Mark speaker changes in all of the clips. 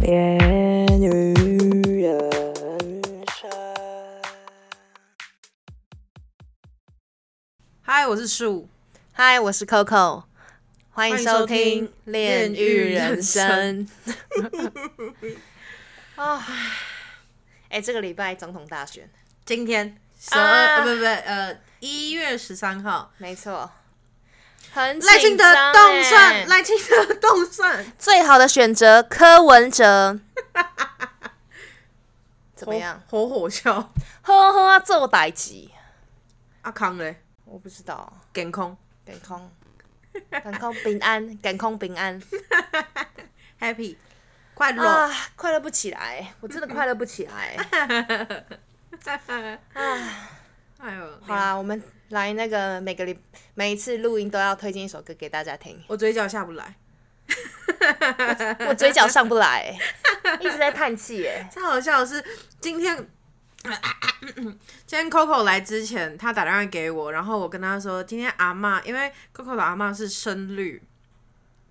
Speaker 1: 恋与人生。
Speaker 2: 嗨，我是树。
Speaker 1: 嗨，我是 Coco，欢迎
Speaker 2: 迎
Speaker 1: 收
Speaker 2: 收
Speaker 1: 听
Speaker 2: 听
Speaker 1: 《恋与人生》啊！哎、这个礼拜总统大选，
Speaker 2: 今天十
Speaker 1: 啊
Speaker 2: 二、呃不不呃一月十三号，
Speaker 1: 没错，很
Speaker 2: 赖清德
Speaker 1: 紧张欸
Speaker 2: 动
Speaker 1: 哎
Speaker 2: 算，赖清德动 算，
Speaker 1: 最好的选择柯文哲， 怎么样？
Speaker 2: 火火笑。
Speaker 1: 呵呵啊，做代志，
Speaker 2: 阿康嘞，
Speaker 1: 我不知道，
Speaker 2: 健康
Speaker 1: 健 康，健康平安，健康平安。
Speaker 2: happy 快乐、
Speaker 1: 啊，快乐不起来，我真的快乐不起来。
Speaker 2: 哎呦，
Speaker 1: 好啊啦，我们来那个每个礼每一次录音都要推荐一首歌给大家听。
Speaker 2: 我嘴角下不来，
Speaker 1: 我嘴角上不来、 一直在叹气耶。
Speaker 2: 超好笑的是今天。 今天 Coco 来之前，他打电话给我，然后我跟他说，今天阿嬷，因为 Coco 的阿嬷是深绿，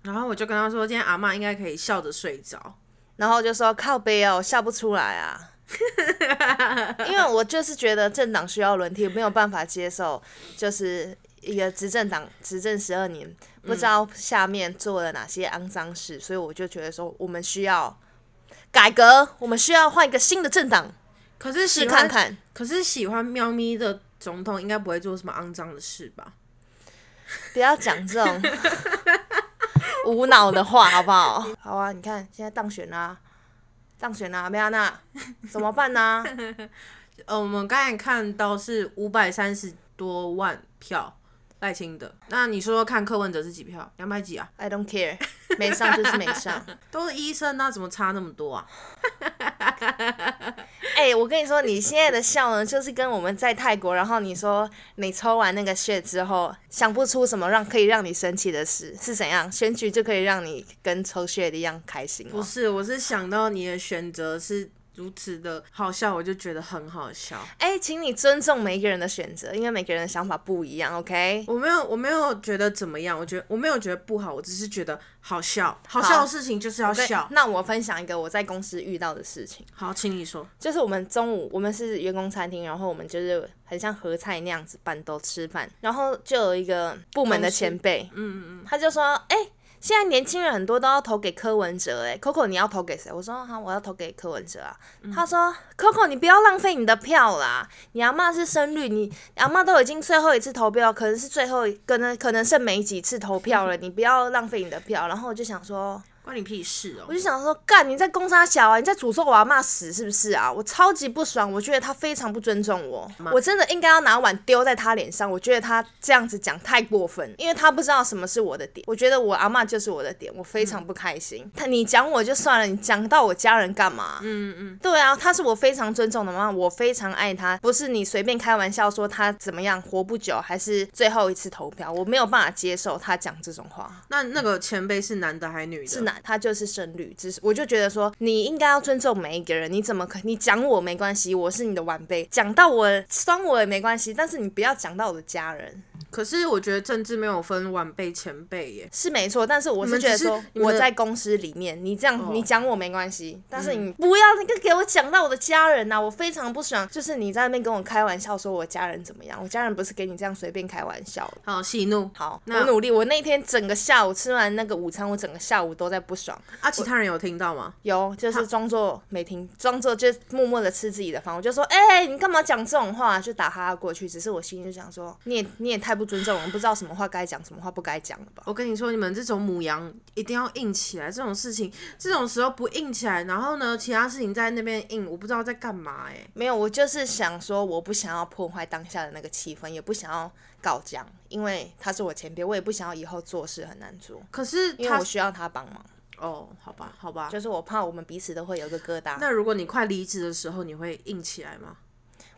Speaker 2: 然后我就跟他说，今天阿嬷应该可以笑着睡着。
Speaker 1: 然后就说靠背哦，笑不出来 啊。因为我就是觉得政党需要轮替，没有办法接受，就是一个执政党执政十二年，不知道下面做了哪些肮脏事，所以我就觉得说，我们需要改革，我们需要换一个新的政党
Speaker 2: 可是喜
Speaker 1: 试看
Speaker 2: 欢
Speaker 1: 看。
Speaker 2: 可是喜欢喵咪的总统应该不会做什么肮脏的事吧？
Speaker 1: 不要讲这种 无脑的话，好不好？好啊，你看现在当选啦、当选啦、梅安娜怎么办呢、
Speaker 2: 呃，我们刚才看到是五百三十多万票赖清德，那你说说看柯文哲是几票？两百几啊？
Speaker 1: i don't care，没上 就是没上。
Speaker 2: 都是医生那怎么差那么多啊？
Speaker 1: 哎、我跟你说，你现在的笑呢，就是跟我们在泰国，然后你说你抽完那个血之后，想不出什么让可以让你生气的事，是怎样？选举就可以让你跟抽血一样开心
Speaker 2: 不
Speaker 1: 哦。
Speaker 2: 是，我是想到你的选择是如此的好笑，我就觉得很好笑。
Speaker 1: 哎、请你尊重每一个人的选择，因为每个人的想法不一样，OK？
Speaker 2: 我没有，我没有觉得怎么样，我觉得我没有觉得不好，我只是觉得好笑，好笑的事情就是要笑。
Speaker 1: 哎那我分享一个我在公司遇到的事情。
Speaker 2: 好，请你说。
Speaker 1: 就是我们中午我们是员工餐厅，然后我们就是很像合菜那样子办桌吃饭，然后就有一个部门的前辈，嗯嗯，他就说，哎、现在年轻人很多都要投给柯文哲、哎，Coco 你要投给谁？我说哈、我要投给柯文哲啊。他说，Coco 你不要浪费你的票啦，你阿嬷是深绿，你阿嬷都已经最后一次投票，可能是最后一可能可能剩没几次投票了，你不要浪费你的票。然后我就想说，
Speaker 2: 关你屁事哦
Speaker 1: 我！就想说，干你在攻杀小啊，你在诅咒我阿骂死是不是啊？我超级不爽，我觉得他非常不尊重我，我真的应该要拿碗丢在他脸上。我觉得他这样子讲太过分，因为他不知道什么是我的点。我觉得我阿嬷就是我的点，我非
Speaker 2: 嗯
Speaker 1: 常不开心。他你讲我就算了，你讲到我家人干嘛？
Speaker 2: 嗯嗯。
Speaker 1: 对啊，他是我非常尊重的妈妈，我非常爱他，不是你随便开玩笑说他怎么样活不久，还是最后一次投票，我没有办法接受他讲这种话。
Speaker 2: 那那个前辈是男的还是女的？
Speaker 1: 是男，他就是深绿，只是我就觉得说，你应该要尊重每一个人，你怎么可你讲我没关系，我是你的晚辈，讲到我伤我也没关系，但是你不要讲到我的家人
Speaker 2: 可是我觉得政治没有分晚辈前辈耶。
Speaker 1: 是没错，但是我是
Speaker 2: 们
Speaker 1: 觉得
Speaker 2: 只是
Speaker 1: 说
Speaker 2: 你们
Speaker 1: 我
Speaker 2: 的
Speaker 1: 在公司里面，你这样、
Speaker 2: 哦嗯
Speaker 1: 你讲我没关系，但是你不要那个给我讲到我的家人呐、我非常不爽，就是你在那边跟我开玩笑说我家人怎么样，我家人不是给你这样随便开玩笑的。
Speaker 2: 好，喜怒
Speaker 1: 好，我
Speaker 2: 那
Speaker 1: 努力。我那天整个下午吃完那个午餐，我整个下午都在不爽。
Speaker 2: 啊，其他人有听到吗？
Speaker 1: 有，就是装作没听，装作就默默的吃自己的饭。我就说，哎、你干嘛讲这种话、就打哈哈过去。只是我心里就想说，你也你也太不尊重我们，不知道什么话该讲，什么话不该讲了吧？
Speaker 2: 我跟你说，你们这种母羊一定要硬起来，这种事情，这种时候不硬起来，然后呢，其他事情在那边硬，我不知道在干嘛哎。
Speaker 1: 没有，我就是想说，我不想要破坏当下的那个气氛，也不想要搞僵，因为他是我前辈，我也不想要以后做事很难做，
Speaker 2: 可是
Speaker 1: 因为
Speaker 2: 他
Speaker 1: 我需要他帮忙，
Speaker 2: 哦，好吧，好吧。
Speaker 1: 就是我怕我们彼此都会有一个疙瘩，
Speaker 2: 那如果你快离职的时候，你会硬起来吗？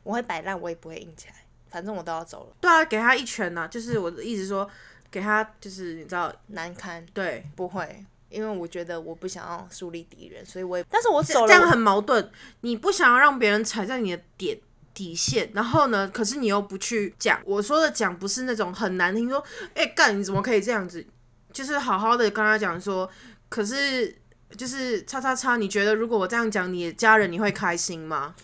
Speaker 1: 我会摆烂，我也不会硬起来，反正我都要走了，
Speaker 2: 对啊，给他一拳呐、就是我的意思说，给他就是你知道，
Speaker 1: 难堪。
Speaker 2: 对，
Speaker 1: 不会，因为我觉得我不想要树立敌人，所以我也，但是我走了，
Speaker 2: 这样很矛盾。你不想要让别人踩在你的点底线，然后呢，可是你又不去讲。我说的讲不是那种很难听，说哎干你怎么可以这样子，就是好好的跟他讲说，可是就是叉叉叉，你觉得如果我这样讲，你的家人你会开心吗？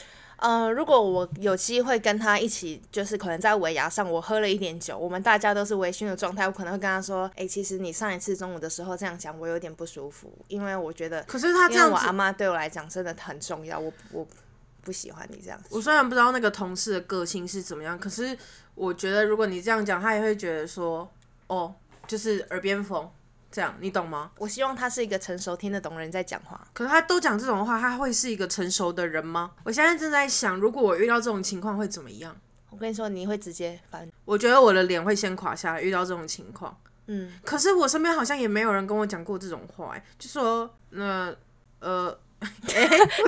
Speaker 1: 呃，如果我有机会跟他一起，就是可能在尾牙上，我喝了一点酒，我们大家都是微醺的状态，我可能会跟他说，哎、其实你上一次中午的时候这样讲，我有点不舒服，因为我觉得，
Speaker 2: 可是他这
Speaker 1: 因为
Speaker 2: 样
Speaker 1: 我
Speaker 2: 子，
Speaker 1: 阿妈对我来讲真的很重要，我我不喜欢你这样。
Speaker 2: 我虽然不知道那个同事的个性是怎么样，可是我觉得如果你这样讲，他也会觉得说，哦，就是耳边风这样，你懂吗？
Speaker 1: 我希望他是一个成熟听得懂人在讲话。
Speaker 2: 可是他都讲这种话，他会是一个成熟的人吗？我现在正在想，如果我遇到这种情况会怎么样？
Speaker 1: 我跟你说，你会直接翻。
Speaker 2: 我觉得我的脸会先垮下来，遇到这种情况。
Speaker 1: 嗯，
Speaker 2: 可是我身边好像也没有人跟我讲过这种话、欸，就说那呃，
Speaker 1: 突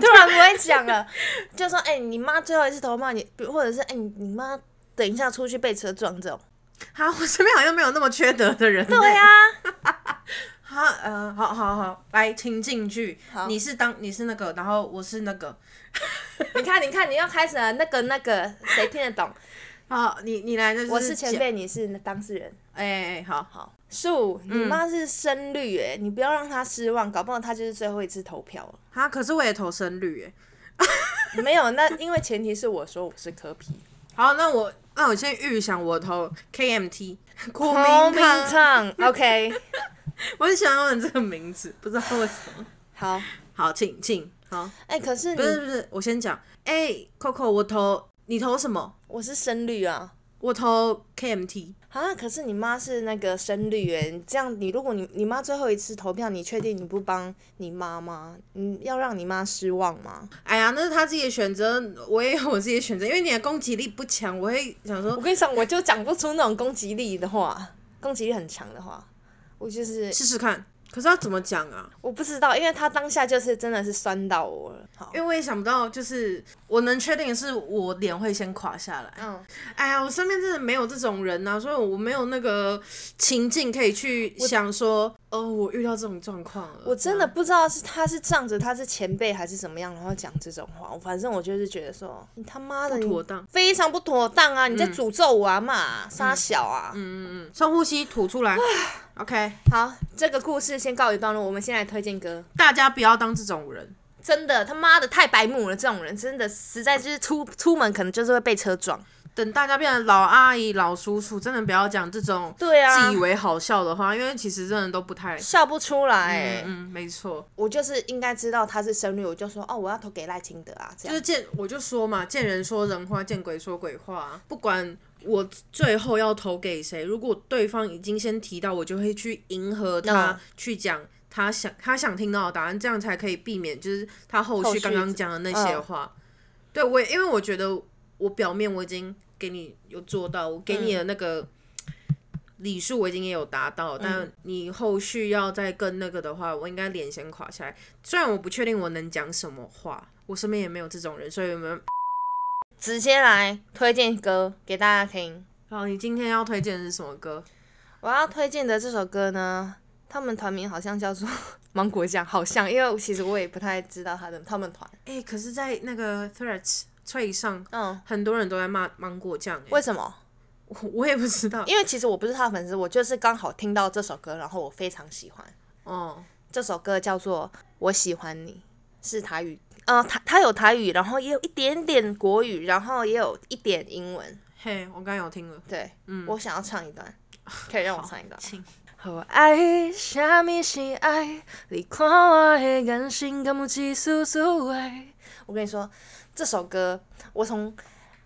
Speaker 1: 然不会讲了，就说哎、你妈最后一次头骂你，或者是哎、你你妈等一下出去被车撞这种。
Speaker 2: 哈，我身边好像没有那么缺德的人、欸。
Speaker 1: 对啊呀、
Speaker 2: 哈，呃，好好好，来，请进去。你是当你是那个，然后我是那个。
Speaker 1: 你看你看，你要开始了，那个那个谁听得懂？
Speaker 2: 好，你你来，就是
Speaker 1: 我是前
Speaker 2: 讲。
Speaker 1: 辈，你是当事人。嗯
Speaker 2: 哎、哎哎好好，
Speaker 1: 树，你妈是深绿哎、你不要让她失望，搞不好她就是最后一次投票了。
Speaker 2: 哈，可是我也投深绿哎。
Speaker 1: 没有，那因为前提是我说我是科皮。
Speaker 2: 好，那我那我先预想我投 KMT 国
Speaker 1: 公
Speaker 2: 民
Speaker 1: 民
Speaker 2: 党，
Speaker 1: 唱，OK，
Speaker 2: 我很喜欢问这个名字，不知道为什么。
Speaker 1: 好，
Speaker 2: 好，请请好，
Speaker 1: 哎、可是
Speaker 2: 不是
Speaker 1: 你
Speaker 2: 不是，我先讲。哎、c o c o 我投你投什么？
Speaker 1: 我是深绿啊。
Speaker 2: 我投 KMT。
Speaker 1: 啊！可是你妈是那个深绿哎，你这样你如果你你妈最后一次投票，你确定你不帮你妈吗？你要让你妈失望吗？
Speaker 2: 哎呀，那是他自己的选择，我也有我自己的选择。因为你的攻击力不强，我会想说
Speaker 1: 我跟你讲，我就讲不出那种攻击力的话，攻击力很强的话，我就是
Speaker 2: 试试看。可是要怎么讲啊？
Speaker 1: 我不知道，因为他当下就是真的是酸到我了。好，
Speaker 2: 因为我也想不到，就是我能确定的是，我脸会先垮下来。
Speaker 1: 嗯，
Speaker 2: 哎呀，我身边真的没有这种人呐、所以我没有那个情境可以去想说，哦，我遇到这种状况了。
Speaker 1: 我真的不知道是他是仗着他是前辈还是怎么样，然后讲这种话。我反正我就是觉得说，你他妈的
Speaker 2: 不妥
Speaker 1: 你
Speaker 2: 当。
Speaker 1: 非常不妥当啊！你在诅咒我啊嘛，傻小啊！
Speaker 2: 嗯，深呼吸，吐出来。OK，
Speaker 1: 好，这个故事先告一段落，我们先来推荐歌。
Speaker 2: 大家不要当这种人。
Speaker 1: 真的他妈的太白目了，这种人真的实在就是出出门可能就是会被车撞。
Speaker 2: 等大家变成老阿姨、老叔叔，真的不要讲这种
Speaker 1: 对啊
Speaker 2: 自以为好笑的话，因为其实真的都不太。
Speaker 1: 笑不出来、
Speaker 2: 嗯嗯，没错，
Speaker 1: 我就是应该知道他是深绿，我就说哦，我要投给赖清德啊，这样。
Speaker 2: 就是见我就说嘛，见人说人话，见鬼说鬼话啊、不管我最后要投给谁，如果对方已经先提到，我就会去迎合他，
Speaker 1: 嗯
Speaker 2: 去讲他想他想听到的答案，这样才可以避免就是他后
Speaker 1: 后
Speaker 2: 续
Speaker 1: 续
Speaker 2: 刚刚讲的那些
Speaker 1: 嗯
Speaker 2: 话。对我也，因为我觉得我表面我已经给你有做到，我给
Speaker 1: 嗯
Speaker 2: 你的那个。礼数我已经也有达到，
Speaker 1: 嗯
Speaker 2: 但你后续要再更那个的话，我应该脸先垮下来。虽然我不确定我能讲什么话，我身边也没有这种人，所以我们
Speaker 1: 直接来推荐歌给大家听。
Speaker 2: 好，你今天要推荐的是什么歌？
Speaker 1: 我要推荐的这首歌呢，他们团名好像叫做 芒果酱，好像，因为其实我也不太知道他的他们团。
Speaker 2: 哎、可是，在那个 Threads 脆上，
Speaker 1: 嗯，
Speaker 2: 很多人都在骂芒果酱、欸，
Speaker 1: 为什么？
Speaker 2: 我我也不知道。
Speaker 1: 因为其实我不是他的粉丝，我就是刚好听到这首歌，然后我非常喜欢。
Speaker 2: 哦，
Speaker 1: 这首歌叫做《我喜欢你》，是台语，呃，它它有台语，然后也有一点点国语，然后也有一点英文。
Speaker 2: 嘿，我刚有听了，
Speaker 1: 对，我想要唱一段，可以让我唱一段。
Speaker 2: 请。
Speaker 1: 嗯我爱，什么是爱？你看我的眼神，敢有一丝丝爱？我跟你说，这首歌我从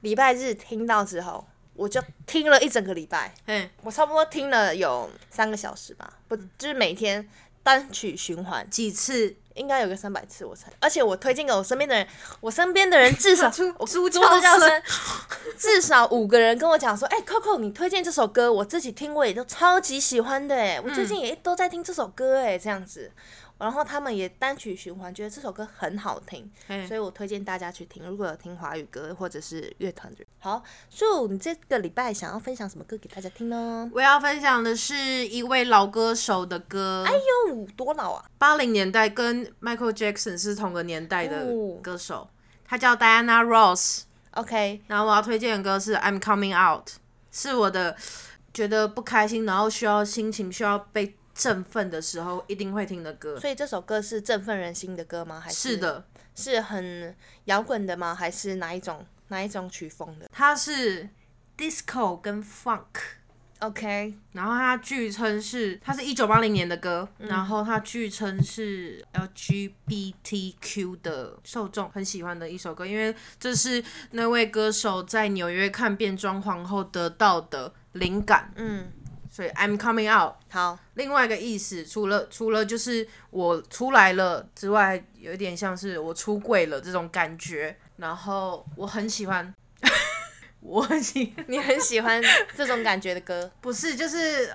Speaker 1: 礼拜日听到之后，我就听了一整个礼拜，
Speaker 2: 嘿，
Speaker 1: 我差不多听了有三个小时吧，不，就是每天单曲循环，
Speaker 2: 几次
Speaker 1: 应该有个三百次我猜。而且我推荐给我身边的人，我身边的人至 少
Speaker 2: 出
Speaker 1: 我
Speaker 2: 猪
Speaker 1: 猪
Speaker 2: 叫
Speaker 1: 的叫
Speaker 2: 声
Speaker 1: 声，至少五个人跟我讲说，哎、c o c o 你推荐这首歌，我自己听我也都超级喜欢的，哎，我最近也都在听这首歌，哎，这样子。然后他们也单曲循环，觉得这首歌很好听，
Speaker 2: 嘿
Speaker 1: 所以我推荐大家去听。如果有听华语歌或者是乐团的人，好，树，你这个礼拜想要分享什么歌给大家听呢？
Speaker 2: 我要分享的是一位老歌手的歌，
Speaker 1: 哟，哎多老啊！
Speaker 2: 八零年代跟 Michael Jackson 是同个年代的
Speaker 1: 哦
Speaker 2: 歌手，他叫 Diana Ross。
Speaker 1: OK，
Speaker 2: 然后我要推荐的歌是《I'm Coming Out》，是我的觉得不开心，然后需要心情需要被振奋的时候一定会听的歌。
Speaker 1: 所以这首歌是振奋人心的歌吗？还
Speaker 2: 是，的，
Speaker 1: 是很摇滚的吗？还是哪一种哪一种曲风的
Speaker 2: 它是 disco 跟 funk。
Speaker 1: ？OK，
Speaker 2: 然后它据称是，它是一九八零年的歌，
Speaker 1: 嗯
Speaker 2: 然后它据称是 LGBTQ 的受众很喜欢的一首歌，因为这是那位歌手在纽约看变装皇后得到的灵感，
Speaker 1: 嗯，
Speaker 2: 所以 I'm coming out。
Speaker 1: 好，
Speaker 2: 另外一个意思，除了除了就是我出来了之外，有点像是我出柜了这种感觉，然后我很喜欢， 我很喜
Speaker 1: 你很喜欢这种感觉的歌，
Speaker 2: 不是就是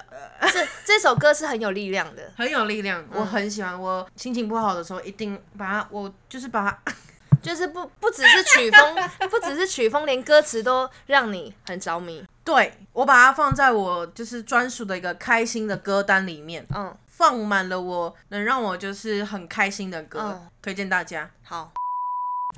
Speaker 1: 这这首歌是很有力量的，
Speaker 2: 很有力量，我很喜欢。我心情不好的时候，一定把它，我就是把它，
Speaker 1: 就是不不只是曲风，不只是曲风，连歌词都让你很着迷。
Speaker 2: 对我把它放在我就是专属的一个开心的歌单里面，
Speaker 1: 嗯，
Speaker 2: 放满了我能让我就是很开心的歌，
Speaker 1: 嗯
Speaker 2: 推荐大家。
Speaker 1: 好，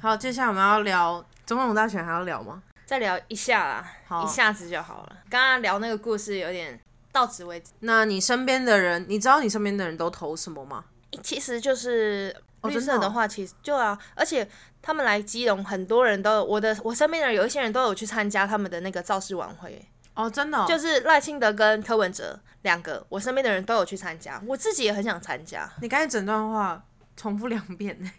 Speaker 2: 好，接下来我们要聊总统大选，还要聊吗？
Speaker 1: 再聊一下啦，
Speaker 2: 好
Speaker 1: 一下子就好了。刚刚聊那个故事有点到此为止，
Speaker 2: 那你身边的人，你知道你身边的人都投什么吗？
Speaker 1: 其实就是绿
Speaker 2: 真的
Speaker 1: 色
Speaker 2: 哦
Speaker 1: 的话，其实就啊，而且他们来基隆，很多人都有我的我身边的人有一些人都有去参加他们的那个造势晚会，
Speaker 2: 哦，真的、哦，
Speaker 1: 就是赖清德跟柯文哲两个，我身边的人都有去参加，我自己也很想参加。
Speaker 2: 你刚才整段话重复两遍 呢。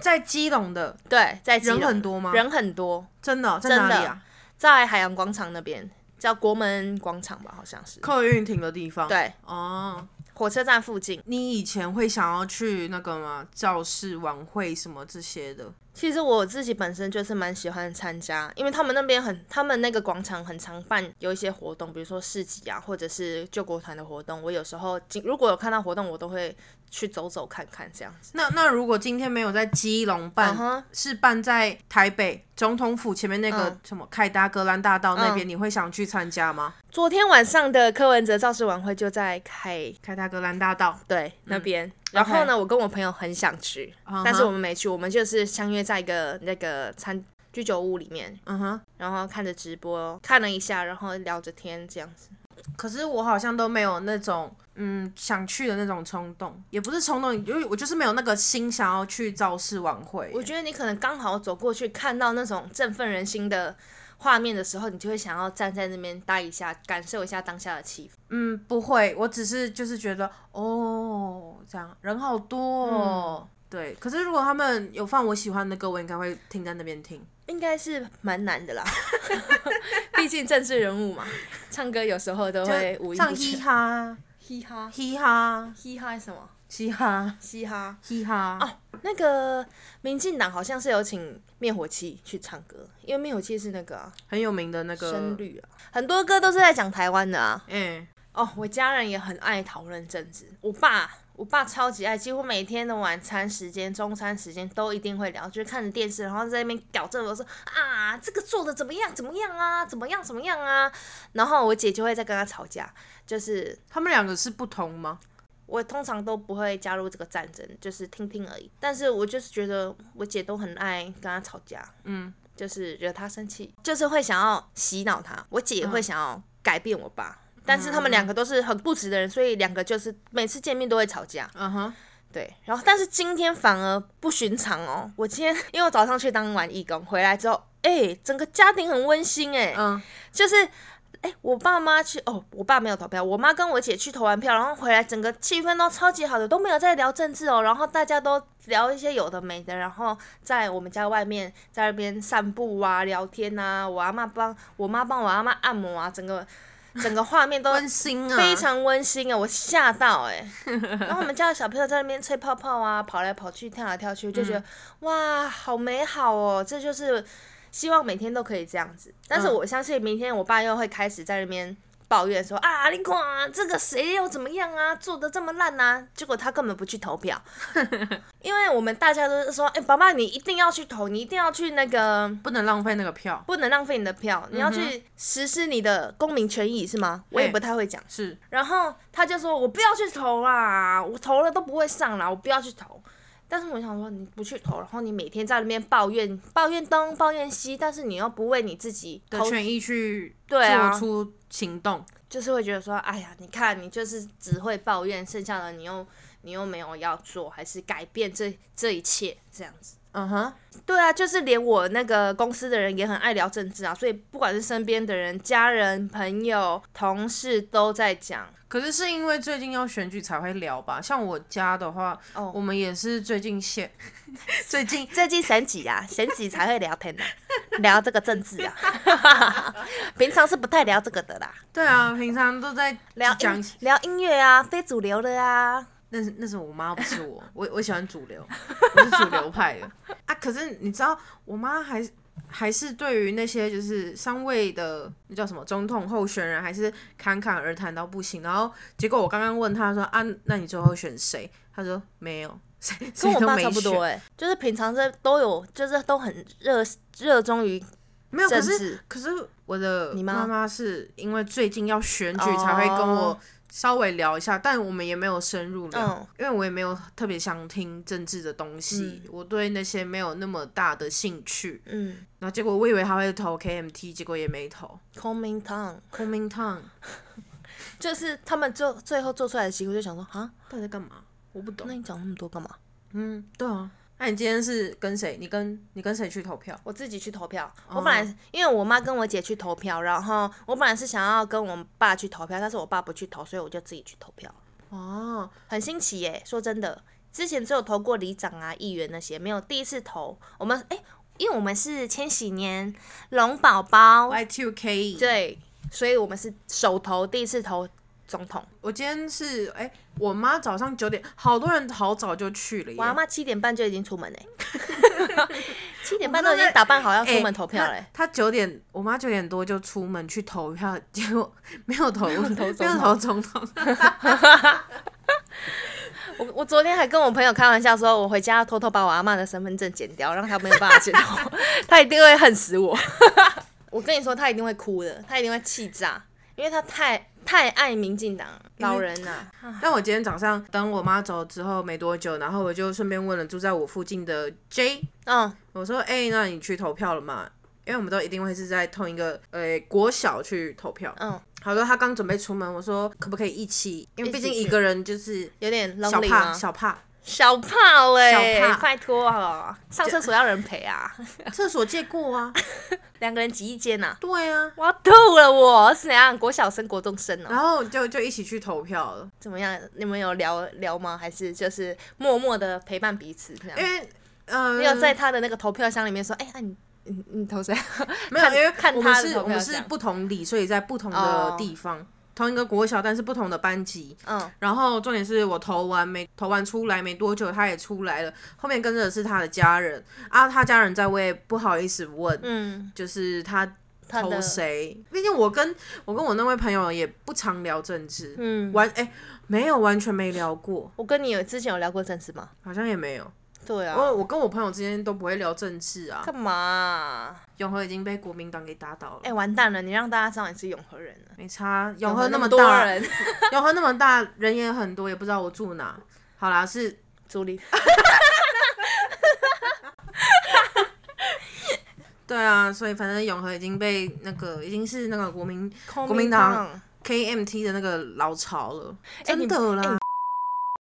Speaker 2: 在基隆的
Speaker 1: 对，在基隆
Speaker 2: 人很多吗？
Speaker 1: 人很多，
Speaker 2: 真的哦、在
Speaker 1: 真
Speaker 2: 哪
Speaker 1: 的
Speaker 2: 里啊？
Speaker 1: 在海洋广场那边叫国门广场吧，好像是。
Speaker 2: 客运停的地方。
Speaker 1: 对，
Speaker 2: 哦，
Speaker 1: 火车站附近。
Speaker 2: 你以前会想要去那个吗？教室晚会什么这些的？
Speaker 1: 其实我自己本身就是蛮喜欢参加，因为他们那边很，他们那个广场很常办有一些活动，比如说市集啊，或者是救国团的活动。我有时候经如果有看到活动，我都会去走走看看这样子。
Speaker 2: 那那如果今天没有在基隆办
Speaker 1: 嗯哼，
Speaker 2: 是办在台北总统府前面那个
Speaker 1: 嗯
Speaker 2: 什么凯达格兰大道那边，
Speaker 1: 嗯
Speaker 2: 你会想去参加吗？
Speaker 1: 昨天晚上的柯文哲造势晚会就在凯
Speaker 2: 凯达格兰大道，
Speaker 1: 对那边，然后呢，我跟我朋友很想去，
Speaker 2: 嗯
Speaker 1: 但是
Speaker 2: 哼
Speaker 1: 我们没去，我们就是相约在一个那个餐居酒屋里面，
Speaker 2: 嗯哼。
Speaker 1: 然后看着直播，看了一下，然后聊着天这样子。
Speaker 2: 可是我好像都没有那种嗯想去的那种冲动，也不是冲动，因为我就是没有那个心想要去造势晚会。
Speaker 1: 我觉得你可能刚好走过去，看到那种振奋人心的画面的时候，你就会想要站在那边待一下，感受一下当下的气氛。
Speaker 2: 嗯，不会，我只是就是觉得哦，这样人好多、哦。
Speaker 1: 嗯
Speaker 2: 对，可是如果他们有放我喜欢的歌，我应该会听在那边听。
Speaker 1: 应该是蛮难 的啦，毕竟政治人物嘛，唱歌有时候都会无意
Speaker 2: 唱
Speaker 1: 不
Speaker 2: 嘻
Speaker 1: 全。
Speaker 2: 哈
Speaker 1: 嘻哈，
Speaker 2: 嘻哈
Speaker 1: 嘻哈是什么？
Speaker 2: 嘻哈
Speaker 1: 嘻哈。
Speaker 2: 嘻哈，
Speaker 1: 哦，那个民进党好像是有请灭火器去唱歌，因为灭火器是那个、啊、
Speaker 2: 很有名的那个
Speaker 1: 声律啊，很多歌都是在讲台湾的啊。
Speaker 2: 哎、
Speaker 1: 哦，我家人也很爱讨论政治，我爸。我爸超级爱，几乎每天的晚餐时间、中餐时间都一定会聊，就是看着电视，然后在那边屌政府说啊，这个做的怎么样怎么样啊，怎么样怎么样啊，然后我姐就会在跟他吵架，就是
Speaker 2: 他们两个是不同吗？
Speaker 1: 我通常都不会加入这个战争，就是听听而已。但是我就是觉得我姐都很爱跟她吵架，
Speaker 2: 嗯，
Speaker 1: 就是惹她生气，就是会想要洗脑她。我姐也会想要改变我爸，但是他们两个都是很固执的人，所以两个就是每次见面都会吵架。
Speaker 2: 嗯哼，
Speaker 1: 对，然后但是今天反而不寻常哦，我今天 因为我早上去当完义工回来之后，哎、整个家庭很温馨哎、
Speaker 2: 嗯，
Speaker 1: 就是，哎、我爸妈去哦，我爸没有投票，我妈跟我姐去投完票，然后回来，整个气氛都超级好的，都没有在聊政治哦，然后大家都聊一些有的没的，然后在我们家外面在那边散步啊、聊天啊，我阿妈帮我妈帮我阿妈按摩啊，整个整个画面都
Speaker 2: 温馨啊，
Speaker 1: 非常温馨啊，我吓到哎、然后我们家的小朋友在那边吹泡泡啊，跑来跑去，跳来跳去，就觉得、哇，好美好哦！这就是希望每天都可以这样子。但是
Speaker 2: 嗯
Speaker 1: 我相信明天我爸又会开始在那边抱怨说、啊，你看啊这个谁又怎么样啊，做的这么烂啊，结果他根本不去投票，因为我们大家都是说，哎、爸爸你一定要去投，你一定要去那个。
Speaker 2: 不能浪费那个票，
Speaker 1: 不能浪费你的票，你要去实施你的公民权益是吗？我也
Speaker 2: 嘿
Speaker 1: 不太会讲。
Speaker 2: 是
Speaker 1: 然后他就说：“我不要去投啦，我投了都不会上啦，我不要去投。”但是我想说，你不去投，然后你每天在那边抱怨、抱怨东、抱怨西，但是你又不为你自己
Speaker 2: 的
Speaker 1: 投
Speaker 2: 权益去
Speaker 1: 对啊
Speaker 2: 做出行动。
Speaker 1: 就是会觉得说，哎呀，你看你就是只会抱怨，剩下的你又你又没有要做，还是改变这这一切这样子。
Speaker 2: 嗯哼，
Speaker 1: 对啊，就是连我那个公司的人也很爱聊政治啊，所以不管是身边的人、家人、朋友、同事都在讲。
Speaker 2: 可是是因为最近要选举才会聊吧？像我家的话，
Speaker 1: 哦
Speaker 2: 我们也是最近现， 最近
Speaker 1: 最近选举 啊，选举才会聊天的、聊这个政治啊， 平常是不太聊这个的啦，
Speaker 2: 对啊，平常都在
Speaker 1: 聊
Speaker 2: 讲
Speaker 1: 音，聊音乐啊，非主流的啊。
Speaker 2: 那是那是我妈，不是我，我我喜欢主流，我是主流派的啊。可是你知道，我妈还是还是对于那些就是上位的那叫什么总统候选人，还是侃侃而谈到不行。然后结果我刚刚问她说啊，那你最后选谁？她说没有，谁
Speaker 1: 跟
Speaker 2: 谁
Speaker 1: 我
Speaker 2: 都
Speaker 1: 妈
Speaker 2: 没
Speaker 1: 差不多
Speaker 2: 选。
Speaker 1: 哎、就是平常这都有，就是都很热热衷于
Speaker 2: 没有，可
Speaker 1: 政
Speaker 2: 是
Speaker 1: 治
Speaker 2: 可是我的
Speaker 1: 你妈
Speaker 2: 妈妈是因为最近要选举才会跟我
Speaker 1: 哦
Speaker 2: 稍微聊一下，但我们也没有深入聊，
Speaker 1: 嗯
Speaker 2: 因为我也没有特别想听政治的东西，我对那些没有那么大的兴趣。
Speaker 1: 嗯
Speaker 2: 然后结果我以为他会投 KMT，结果也没投
Speaker 1: coming town，
Speaker 2: Kuomintang，
Speaker 1: 就是他们最最后做出来的结果就想说啊，
Speaker 2: 到底在干嘛？我不懂
Speaker 1: 那。你讲那么多干嘛？
Speaker 2: 嗯，对啊。那、你今天是跟谁？你跟你跟谁去投票？
Speaker 1: 我自己去投票。我本来因为我妈跟我姐去投票，然后我本来是想要跟我爸去投票，但是我爸不去投，所以我就自己去投票。
Speaker 2: 哦，
Speaker 1: 很新奇耶、说真的，之前只有投过里长啊、议员那些，没有第一次投。我们哎、因为我们是千禧年龙宝宝，
Speaker 2: y two k E
Speaker 1: 对，所以我们是首投，第一次投总统。
Speaker 2: 我今天是哎、我妈早上九点，好多人好早就去了耶。
Speaker 1: 我阿妈七点半就已经出门嘞、 七点半
Speaker 2: 我
Speaker 1: 都
Speaker 2: 不
Speaker 1: 已
Speaker 2: 知道
Speaker 1: 经打扮好要
Speaker 2: 哎
Speaker 1: 出门投票嘞、
Speaker 2: 她她九点，我妈九点多就出门去投票，结果没有投，没有
Speaker 1: 投总
Speaker 2: 投总统。
Speaker 1: 我我昨天还跟我朋友开玩笑说，我回家要偷偷把我阿妈的身份证剪掉，让她没有办法剪到， 她一定会恨死我。我跟你说，她一定会哭的，她一定会气炸，因为她太太爱民进党了老人呐、
Speaker 2: 但我今天早上等我妈走之后没多久，然后我就顺便问了住在我附近的 J，
Speaker 1: 嗯，
Speaker 2: 我说：“哎、那你去投票了吗？”因为我们都一定会是在同一个呃国小去投票。
Speaker 1: 嗯，
Speaker 2: 他说他刚准备出门，我说可不可以一起？因为毕竟
Speaker 1: 一起
Speaker 2: 一
Speaker 1: 去
Speaker 2: 个人就是
Speaker 1: 有点
Speaker 2: 小
Speaker 1: lonely
Speaker 2: 怕
Speaker 1: 吗？
Speaker 2: 小怕，
Speaker 1: 小怕嘞，
Speaker 2: 小怕
Speaker 1: 拜托啊，上厕所要人陪啊，
Speaker 2: 厕所借过啊，
Speaker 1: 两个人挤一间呐、啊。
Speaker 2: 对啊，
Speaker 1: 我要吐了我，是怎样？国小生、国中生哦、
Speaker 2: 然后就就一起去投票了。
Speaker 1: 怎么样？你们有聊聊吗？还是就是默默的陪伴彼此这样
Speaker 2: 因？为呃，
Speaker 1: 没有在他的那个投票箱里面说，哎、啊你你你投谁？
Speaker 2: 没有，因为
Speaker 1: 看
Speaker 2: 我们
Speaker 1: 他的
Speaker 2: 是
Speaker 1: 投
Speaker 2: 我们
Speaker 1: 票
Speaker 2: 是
Speaker 1: 箱
Speaker 2: 不同里，所以在不同的
Speaker 1: 哦
Speaker 2: 地方。同一个国小，但是不同的班级。
Speaker 1: 嗯，
Speaker 2: 然后重点是我投完没投完出来没多久，他也出来了。后面跟着的是他的家人啊，他家人在我也不好意思问，
Speaker 1: 嗯，
Speaker 2: 就是他
Speaker 1: 他
Speaker 2: 投
Speaker 1: 的
Speaker 2: 谁？毕竟我跟我跟我那位朋友也不常聊政治，
Speaker 1: 嗯
Speaker 2: 完哎、没有完全没聊过，
Speaker 1: 我跟你有之前有聊过政治吗？
Speaker 2: 好像也没有。
Speaker 1: 对啊，
Speaker 2: 我我跟我朋友之间都不会聊政治啊。
Speaker 1: 干嘛啊、
Speaker 2: 永和已经被国民党给打倒了，
Speaker 1: 哎、完蛋了，你让大家知道你是永和人了。
Speaker 2: 没差。永和
Speaker 1: 和
Speaker 2: 那
Speaker 1: 么
Speaker 2: 么
Speaker 1: 多
Speaker 2: 大，
Speaker 1: 人，
Speaker 2: 永和那么大，人也很多，也不知道我住哪。好啦，是
Speaker 1: 朱 莉，
Speaker 2: 对啊，所以反正永和已经被那个已经是那个国民
Speaker 1: 国
Speaker 2: 民党，KMT 的那个老巢了，真
Speaker 1: 你
Speaker 2: 的啦。
Speaker 1: 哎